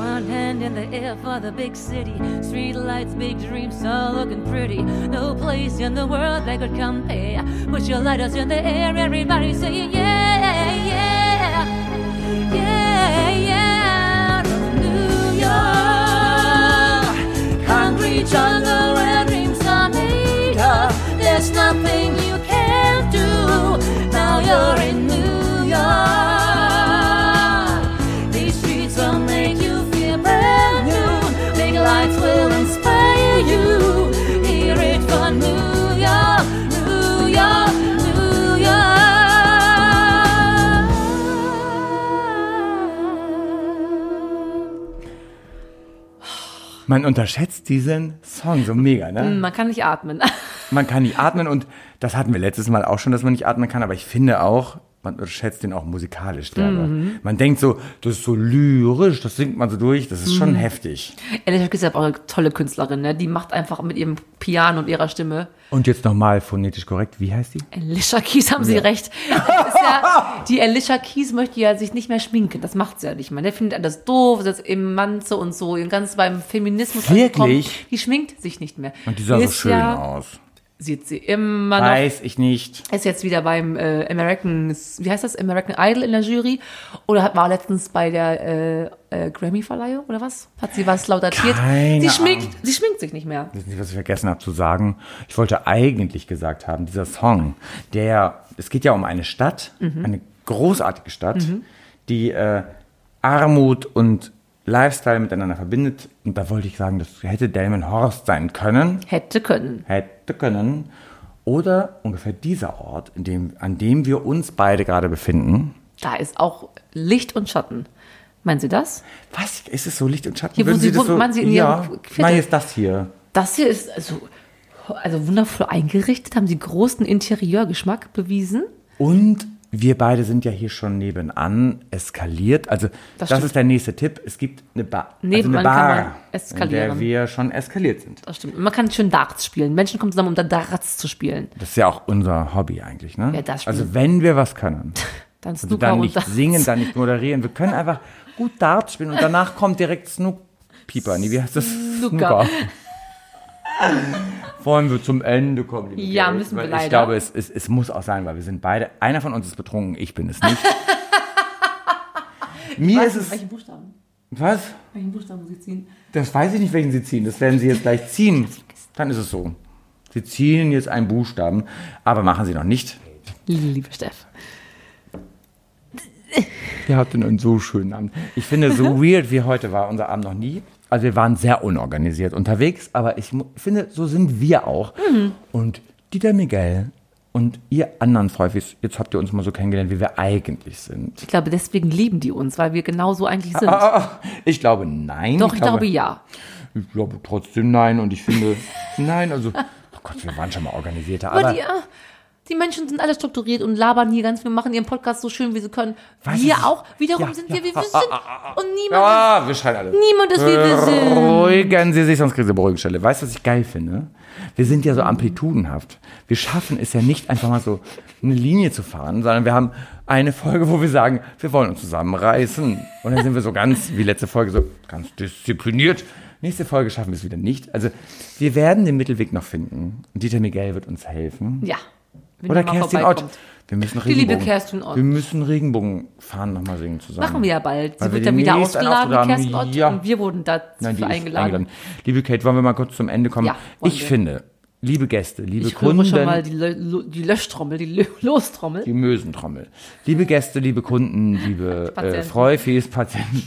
[SPEAKER 5] One hand in the air for the big city. Street lights, big dreams, all looking pretty. No place in the world that could compare. Put your lighters in the air, everybody saying, yeah, yeah, yeah, yeah. New York, concrete jungle where dreams are made of. There's nothing you can't do. Now you're in New York. These streets will make you feel brand new. Big lights will inspire you. Hear it from New York, New York, New York.
[SPEAKER 1] Man unterschätzt diesen Song so mega, ne?
[SPEAKER 2] Man kann nicht atmen. *laughs*
[SPEAKER 1] Man kann nicht atmen und das hatten wir letztes Mal auch schon, dass man nicht atmen kann, aber ich finde auch, man unterschätzt den auch musikalisch gerne. Man denkt so, das ist so lyrisch, das singt man so durch, das ist schon heftig.
[SPEAKER 2] Ehrlich gesagt, auch eine tolle Künstlerin, ne? Die macht einfach mit ihrem Piano und ihrer Stimme.
[SPEAKER 1] Und jetzt nochmal phonetisch korrekt, wie heißt die?
[SPEAKER 2] Alicia Keys haben
[SPEAKER 1] *laughs*
[SPEAKER 2] Sie recht. Das ist ja, die Alicia Keys möchte ja sich nicht mehr schminken. Das macht sie ja nicht mehr. Der findet das doof, das im Manze und so, und ganz beim Feminismus.
[SPEAKER 1] Wirklich?
[SPEAKER 2] angekommen. Die schminkt sich nicht mehr.
[SPEAKER 1] Und die sah so
[SPEAKER 2] Ist
[SPEAKER 1] schön
[SPEAKER 2] ja,
[SPEAKER 1] aus.
[SPEAKER 2] Sieht sie immer noch
[SPEAKER 1] Weiß ich nicht.
[SPEAKER 2] ist jetzt wieder beim äh, American, wie heißt das, American Idol in der Jury oder hat, war letztens bei der äh, äh, Grammy-Verleihung oder was? Hat sie was laudatiert?
[SPEAKER 1] Keine
[SPEAKER 2] sie, schminkt, sie schminkt sich nicht mehr.
[SPEAKER 1] Ich weiß nicht, was ich vergessen habe zu sagen. Ich wollte eigentlich gesagt haben, dieser Song, der, es geht ja um eine Stadt,
[SPEAKER 2] Mhm.
[SPEAKER 1] eine großartige Stadt, die äh, Armut und Lifestyle miteinander verbindet. Und da wollte ich sagen, das hätte Delmenhorst sein können.
[SPEAKER 2] Hätte können.
[SPEAKER 1] Hätte können. Oder ungefähr dieser Ort, in dem, an dem wir uns beide gerade befinden.
[SPEAKER 2] Da ist auch Licht und Schatten. Meinen Sie das?
[SPEAKER 1] Was? Ist es so Licht und Schatten?
[SPEAKER 2] Hier, wo
[SPEAKER 1] Würden
[SPEAKER 2] sie
[SPEAKER 1] das
[SPEAKER 2] wohnt,
[SPEAKER 1] so,
[SPEAKER 2] meinen Sie in
[SPEAKER 1] ja,
[SPEAKER 2] ihrem Viertel?
[SPEAKER 1] nein, ist das hier.
[SPEAKER 2] Das hier ist also, also wundervoll eingerichtet, haben sie großen Interieurgeschmack bewiesen.
[SPEAKER 1] Und wir beide sind ja hier schon nebenan eskaliert. Also das,
[SPEAKER 2] Das stimmt.
[SPEAKER 1] ist der nächste Tipp. Es gibt eine, ba also eine
[SPEAKER 2] Nebenan kann man
[SPEAKER 1] Bar, in der
[SPEAKER 2] eskalieren.
[SPEAKER 1] wir schon eskaliert sind.
[SPEAKER 2] Das stimmt. Und man kann schön Darts spielen. Menschen kommen zusammen, um da Darts zu spielen.
[SPEAKER 1] Das ist ja auch unser Hobby eigentlich, ne?
[SPEAKER 2] Ja, das stimmt.
[SPEAKER 1] also wenn wir was können.
[SPEAKER 2] Dann
[SPEAKER 1] Also
[SPEAKER 2] Snooker
[SPEAKER 1] dann
[SPEAKER 2] und
[SPEAKER 1] nicht
[SPEAKER 2] Darts.
[SPEAKER 1] singen, dann nicht moderieren. Wir können einfach gut Darts spielen und danach kommt direkt Snook Pieper. Nee, wie heißt das?
[SPEAKER 2] Snooker.
[SPEAKER 1] Wollen wir zum Ende kommen? liebe
[SPEAKER 2] Ja,
[SPEAKER 1] Girls?
[SPEAKER 2] müssen wir
[SPEAKER 1] Weil Ich
[SPEAKER 2] leider.
[SPEAKER 1] glaube, es, es, es muss auch sein, weil wir sind beide. Einer von uns ist betrunken, ich bin
[SPEAKER 2] *laughs*
[SPEAKER 1] es nicht. Mir ist es.
[SPEAKER 2] Welchen Buchstaben?
[SPEAKER 1] Was?
[SPEAKER 2] Welchen Buchstaben muss ich ziehen?
[SPEAKER 1] Das weiß ich nicht, welchen sie ziehen. Das werden sie jetzt gleich
[SPEAKER 2] *laughs*
[SPEAKER 1] ziehen. Dann ist es so. Sie ziehen jetzt einen Buchstaben, aber machen sie noch nicht.
[SPEAKER 2] Liebe Steff.
[SPEAKER 1] Wir hatten einen so schönen Abend. Ich finde,
[SPEAKER 2] *laughs*
[SPEAKER 1] so weird wie heute war unser Abend noch nie. Also wir waren sehr unorganisiert unterwegs, aber ich mu- finde, so sind wir auch.
[SPEAKER 2] Mhm.
[SPEAKER 1] Und Dieter Miguel und ihr anderen Freufis, jetzt habt ihr uns mal so kennengelernt, wie wir eigentlich sind.
[SPEAKER 2] Ich glaube, deswegen lieben die uns, weil wir genauso
[SPEAKER 1] Ah,
[SPEAKER 2] eigentlich sind.
[SPEAKER 1] Ich glaube, nein.
[SPEAKER 2] Doch, ich glaube ja.
[SPEAKER 1] Ich glaube *laughs* trotzdem nein und ich finde, nein, also, oh Gott, wir waren schon mal organisierter, aber...
[SPEAKER 2] Die, ah, Die Menschen sind alle strukturiert und labern hier ganz viel, machen ihren Podcast so schön, wie sie können.
[SPEAKER 1] Weiß
[SPEAKER 2] wir
[SPEAKER 1] ich-
[SPEAKER 2] auch. Wiederum
[SPEAKER 1] Ja,
[SPEAKER 2] sind
[SPEAKER 1] ja.
[SPEAKER 2] wir, wie
[SPEAKER 1] Ah,
[SPEAKER 2] wir sind.
[SPEAKER 1] ah, ah, ah.
[SPEAKER 2] Und niemand
[SPEAKER 1] Ah, wir schreien alle.
[SPEAKER 2] Niemand ist wie wir sind.
[SPEAKER 1] Beruhigen Sie sich, sonst kriegen Sie Beruhigungsstelle. Weißt du, was ich geil finde? Wir sind ja so amplitudenhaft. Wir schaffen es ja nicht einfach mal so eine Linie zu fahren, sondern wir haben eine Folge, wo wir sagen, wir wollen uns zusammenreißen. Und dann sind wir so ganz, wie letzte Folge, so ganz diszipliniert. Nächste Folge schaffen wir es wieder nicht. Also wir werden den Mittelweg noch finden. Dieter Miguel wird uns helfen.
[SPEAKER 2] Ja. Wenn
[SPEAKER 1] Oder
[SPEAKER 2] ihr mal
[SPEAKER 1] Kerstin Ott.
[SPEAKER 2] vorbeikommt.
[SPEAKER 1] Wir müssen
[SPEAKER 2] liebe
[SPEAKER 1] Regenbogen.
[SPEAKER 2] Kerstin Ott.
[SPEAKER 1] Wir müssen Regenbogen fahren, nochmal singen zusammen.
[SPEAKER 2] Machen wir ja bald. Sie
[SPEAKER 1] Weil
[SPEAKER 2] wird
[SPEAKER 1] wir
[SPEAKER 2] dann wieder
[SPEAKER 1] demnächst einen
[SPEAKER 2] ausgeladen,
[SPEAKER 1] Auftritt haben.
[SPEAKER 2] Kerstin Ott.
[SPEAKER 1] Ja.
[SPEAKER 2] Und wir wurden dazu
[SPEAKER 1] Nein, die
[SPEAKER 2] eingeladen.
[SPEAKER 1] Ist eingeladen. Liebe Kate, wollen wir mal kurz zum Ende kommen?
[SPEAKER 2] Ja, wollen
[SPEAKER 1] ich
[SPEAKER 2] wir.
[SPEAKER 1] finde, liebe Gäste, liebe
[SPEAKER 2] Ich höre
[SPEAKER 1] Kunden,
[SPEAKER 2] schon mal die, Lö Lo- die Löschtrommel, die Lö Lostrommel.
[SPEAKER 1] die Mösentrommel. Liebe Gäste, liebe Kunden, liebe äh,
[SPEAKER 2] Patienten.
[SPEAKER 1] Freufis, Patienten,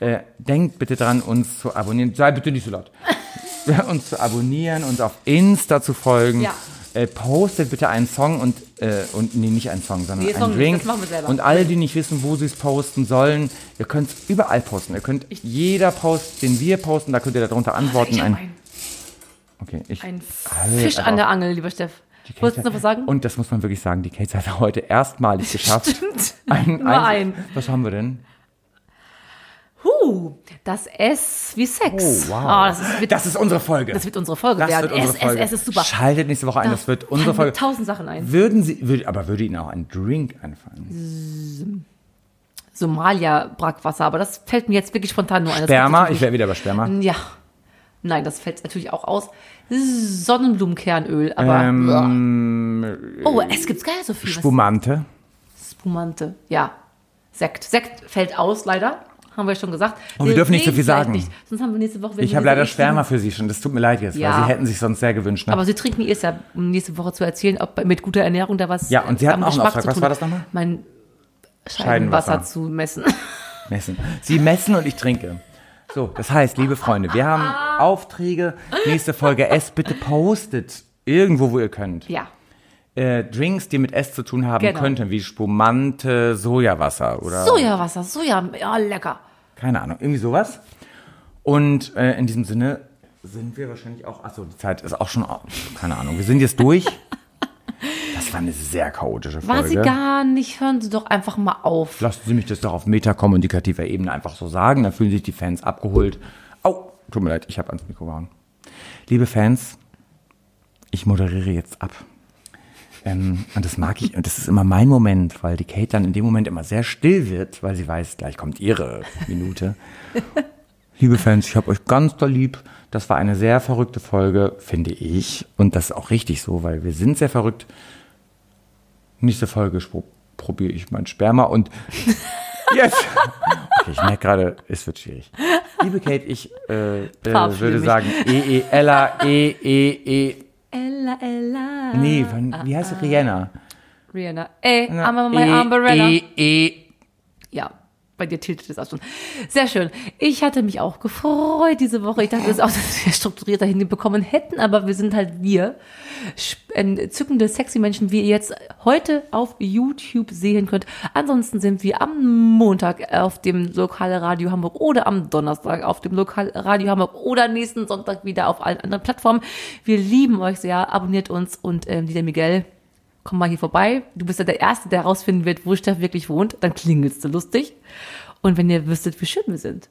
[SPEAKER 1] äh, denkt bitte dran, uns zu abonnieren. Sei bitte nicht so laut. *laughs* uns zu abonnieren, uns auf Insta zu folgen.
[SPEAKER 2] Ja.
[SPEAKER 1] Äh, postet bitte einen Song und, äh, und nee, nicht einen Song, sondern
[SPEAKER 2] Nee,
[SPEAKER 1] einen
[SPEAKER 2] Song nicht,
[SPEAKER 1] Drink.
[SPEAKER 2] das machen wir selber.
[SPEAKER 1] Und alle, die nicht wissen, wo sie es posten sollen, ihr könnt es überall posten. Ihr könnt jeder Post, den wir posten, da könnt ihr darunter antworten.
[SPEAKER 2] Ich
[SPEAKER 1] Ein-
[SPEAKER 2] habe einen
[SPEAKER 1] Okay, ich.
[SPEAKER 2] Ein
[SPEAKER 1] Alter,
[SPEAKER 2] Fisch an der Angel, lieber Steff.
[SPEAKER 1] Kate
[SPEAKER 2] Wolltest du
[SPEAKER 1] hat-
[SPEAKER 2] noch was sagen? *laughs*
[SPEAKER 1] Und das muss man wirklich sagen, die Kate hat heute erstmalig geschafft.
[SPEAKER 2] Stimmt.
[SPEAKER 1] Ein,
[SPEAKER 2] Nur
[SPEAKER 1] ein-
[SPEAKER 2] ein.
[SPEAKER 1] Was haben wir denn?
[SPEAKER 2] Huh, das S wie Sex. Ah, das, ist, wird, das,
[SPEAKER 1] Oh, Das ist unsere Folge.
[SPEAKER 2] wird unsere Folge
[SPEAKER 1] Das
[SPEAKER 2] werden.
[SPEAKER 1] wird unsere
[SPEAKER 2] S,
[SPEAKER 1] Folge.
[SPEAKER 2] S, S ist super.
[SPEAKER 1] Schaltet nächste Woche ein, das wird unsere
[SPEAKER 2] fallen
[SPEAKER 1] Folge.
[SPEAKER 2] mir tausend Sachen ein.
[SPEAKER 1] Würden Sie, würde, aber würde Ihnen auch ein Drink einfallen?
[SPEAKER 2] Somalia-Brackwasser, aber das fällt mir jetzt wirklich spontan nur ein. Das
[SPEAKER 1] Sperma,
[SPEAKER 2] kommt
[SPEAKER 1] ich wäre wieder bei Sperma.
[SPEAKER 2] natürlich- Ja. Nein, das fällt natürlich auch aus. Sonnenblumenkernöl, aber.
[SPEAKER 1] Ähm,
[SPEAKER 2] oh, es gibt geil so viel. Was-
[SPEAKER 1] Spumante.
[SPEAKER 2] Spumante. Ja. Sekt. Sekt fällt aus, leider. Haben wir schon gesagt.
[SPEAKER 1] Und Oh, wir dürfen nicht so viel
[SPEAKER 2] reden gleich
[SPEAKER 1] sagen.
[SPEAKER 2] nicht. Sonst haben wir nächste Woche. wenn
[SPEAKER 1] Ich
[SPEAKER 2] wir
[SPEAKER 1] habe leider
[SPEAKER 2] richtig-
[SPEAKER 1] Sperma für Sie schon. Das tut mir leid jetzt, weil
[SPEAKER 2] Ja.
[SPEAKER 1] Sie hätten sich sonst sehr gewünscht. Ne?
[SPEAKER 2] Aber sie trinken ihr es ja, um nächste Woche zu erzählen, ob bei- mit guter Ernährung da was.
[SPEAKER 1] Ja, und sie
[SPEAKER 2] äh,
[SPEAKER 1] hatten
[SPEAKER 2] am
[SPEAKER 1] auch einen
[SPEAKER 2] Geschmack
[SPEAKER 1] Auftrag.
[SPEAKER 2] zu
[SPEAKER 1] Was
[SPEAKER 2] tun
[SPEAKER 1] war
[SPEAKER 2] hat.
[SPEAKER 1] das nochmal?
[SPEAKER 2] Mein
[SPEAKER 1] Scheidenwasser.
[SPEAKER 2] Scheidenwasser, zu messen. *laughs*
[SPEAKER 1] messen. Sie messen und ich trinke. So, das heißt, liebe Freunde, wir haben Aufträge. Nächste Folge S, bitte postet irgendwo, wo ihr könnt.
[SPEAKER 2] ja.
[SPEAKER 1] Äh, Drinks, die mit S zu tun haben
[SPEAKER 2] Genau.
[SPEAKER 1] könnten, wie Spumante, Sojawasser oder
[SPEAKER 2] Sojawasser, Soja, ja, lecker.
[SPEAKER 1] keine Ahnung, irgendwie sowas. Und äh, in diesem Sinne sind wir wahrscheinlich auch, achso, die Zeit ist auch schon, au- keine Ahnung, wir sind jetzt
[SPEAKER 2] *laughs*
[SPEAKER 1] durch. Das war eine sehr chaotische Folge.
[SPEAKER 2] War sie gar nicht, hören Sie doch einfach mal auf.
[SPEAKER 1] Lassen Sie mich das doch auf metakommunikativer Ebene einfach so sagen, dann fühlen sich die Fans abgeholt. Au, tut mir leid, ich habe ans Mikro gehauen. Liebe Fans, ich moderiere jetzt ab. Ähm, und das mag ich, und das ist immer mein Moment, weil die Kate dann in dem Moment immer sehr still wird, weil sie weiß, gleich kommt ihre Minute. Liebe Fans, ich habe euch ganz doll lieb. Das war eine sehr verrückte Folge, finde ich. Und das ist auch richtig so, weil wir sind sehr verrückt. Nächste Folge spro- probiere ich mein Sperma
[SPEAKER 2] *laughs*
[SPEAKER 1] und yes! Okay, ich merke gerade, es wird schwierig. Liebe Kate, ich äh, äh,
[SPEAKER 2] Verabschiede
[SPEAKER 1] würde
[SPEAKER 2] mich.
[SPEAKER 1] sagen, E, E, Ella, E, E, E.
[SPEAKER 2] Ella, Ella.
[SPEAKER 1] Nee, wann, wie heißt sie? Rihanna?
[SPEAKER 2] Rihanna. Ey, Äh, I'm on my umbrella.
[SPEAKER 1] E, E,
[SPEAKER 2] Ja, bei dir tiltet es auch schon. Sehr schön. Ich hatte mich auch gefreut diese Woche. Ich dachte es auch, dass wir strukturierter hinbekommen hätten, aber wir sind halt wir. Sp- äh, Entzückende, sexy Menschen, wie ihr jetzt heute auf YouTube sehen könnt. Ansonsten sind wir am Montag auf dem Lokalradio Hamburg oder am Donnerstag auf dem Lokalradio Hamburg oder nächsten Sonntag wieder auf allen anderen Plattformen. Wir lieben euch sehr. Abonniert uns und ähm, Dieter Miguel komm mal hier vorbei. Du bist ja der Erste, der herausfinden wird, wo Steff wirklich wohnt. Dann klingelst du lustig. Und wenn ihr wüsstet, wie schön wir sind.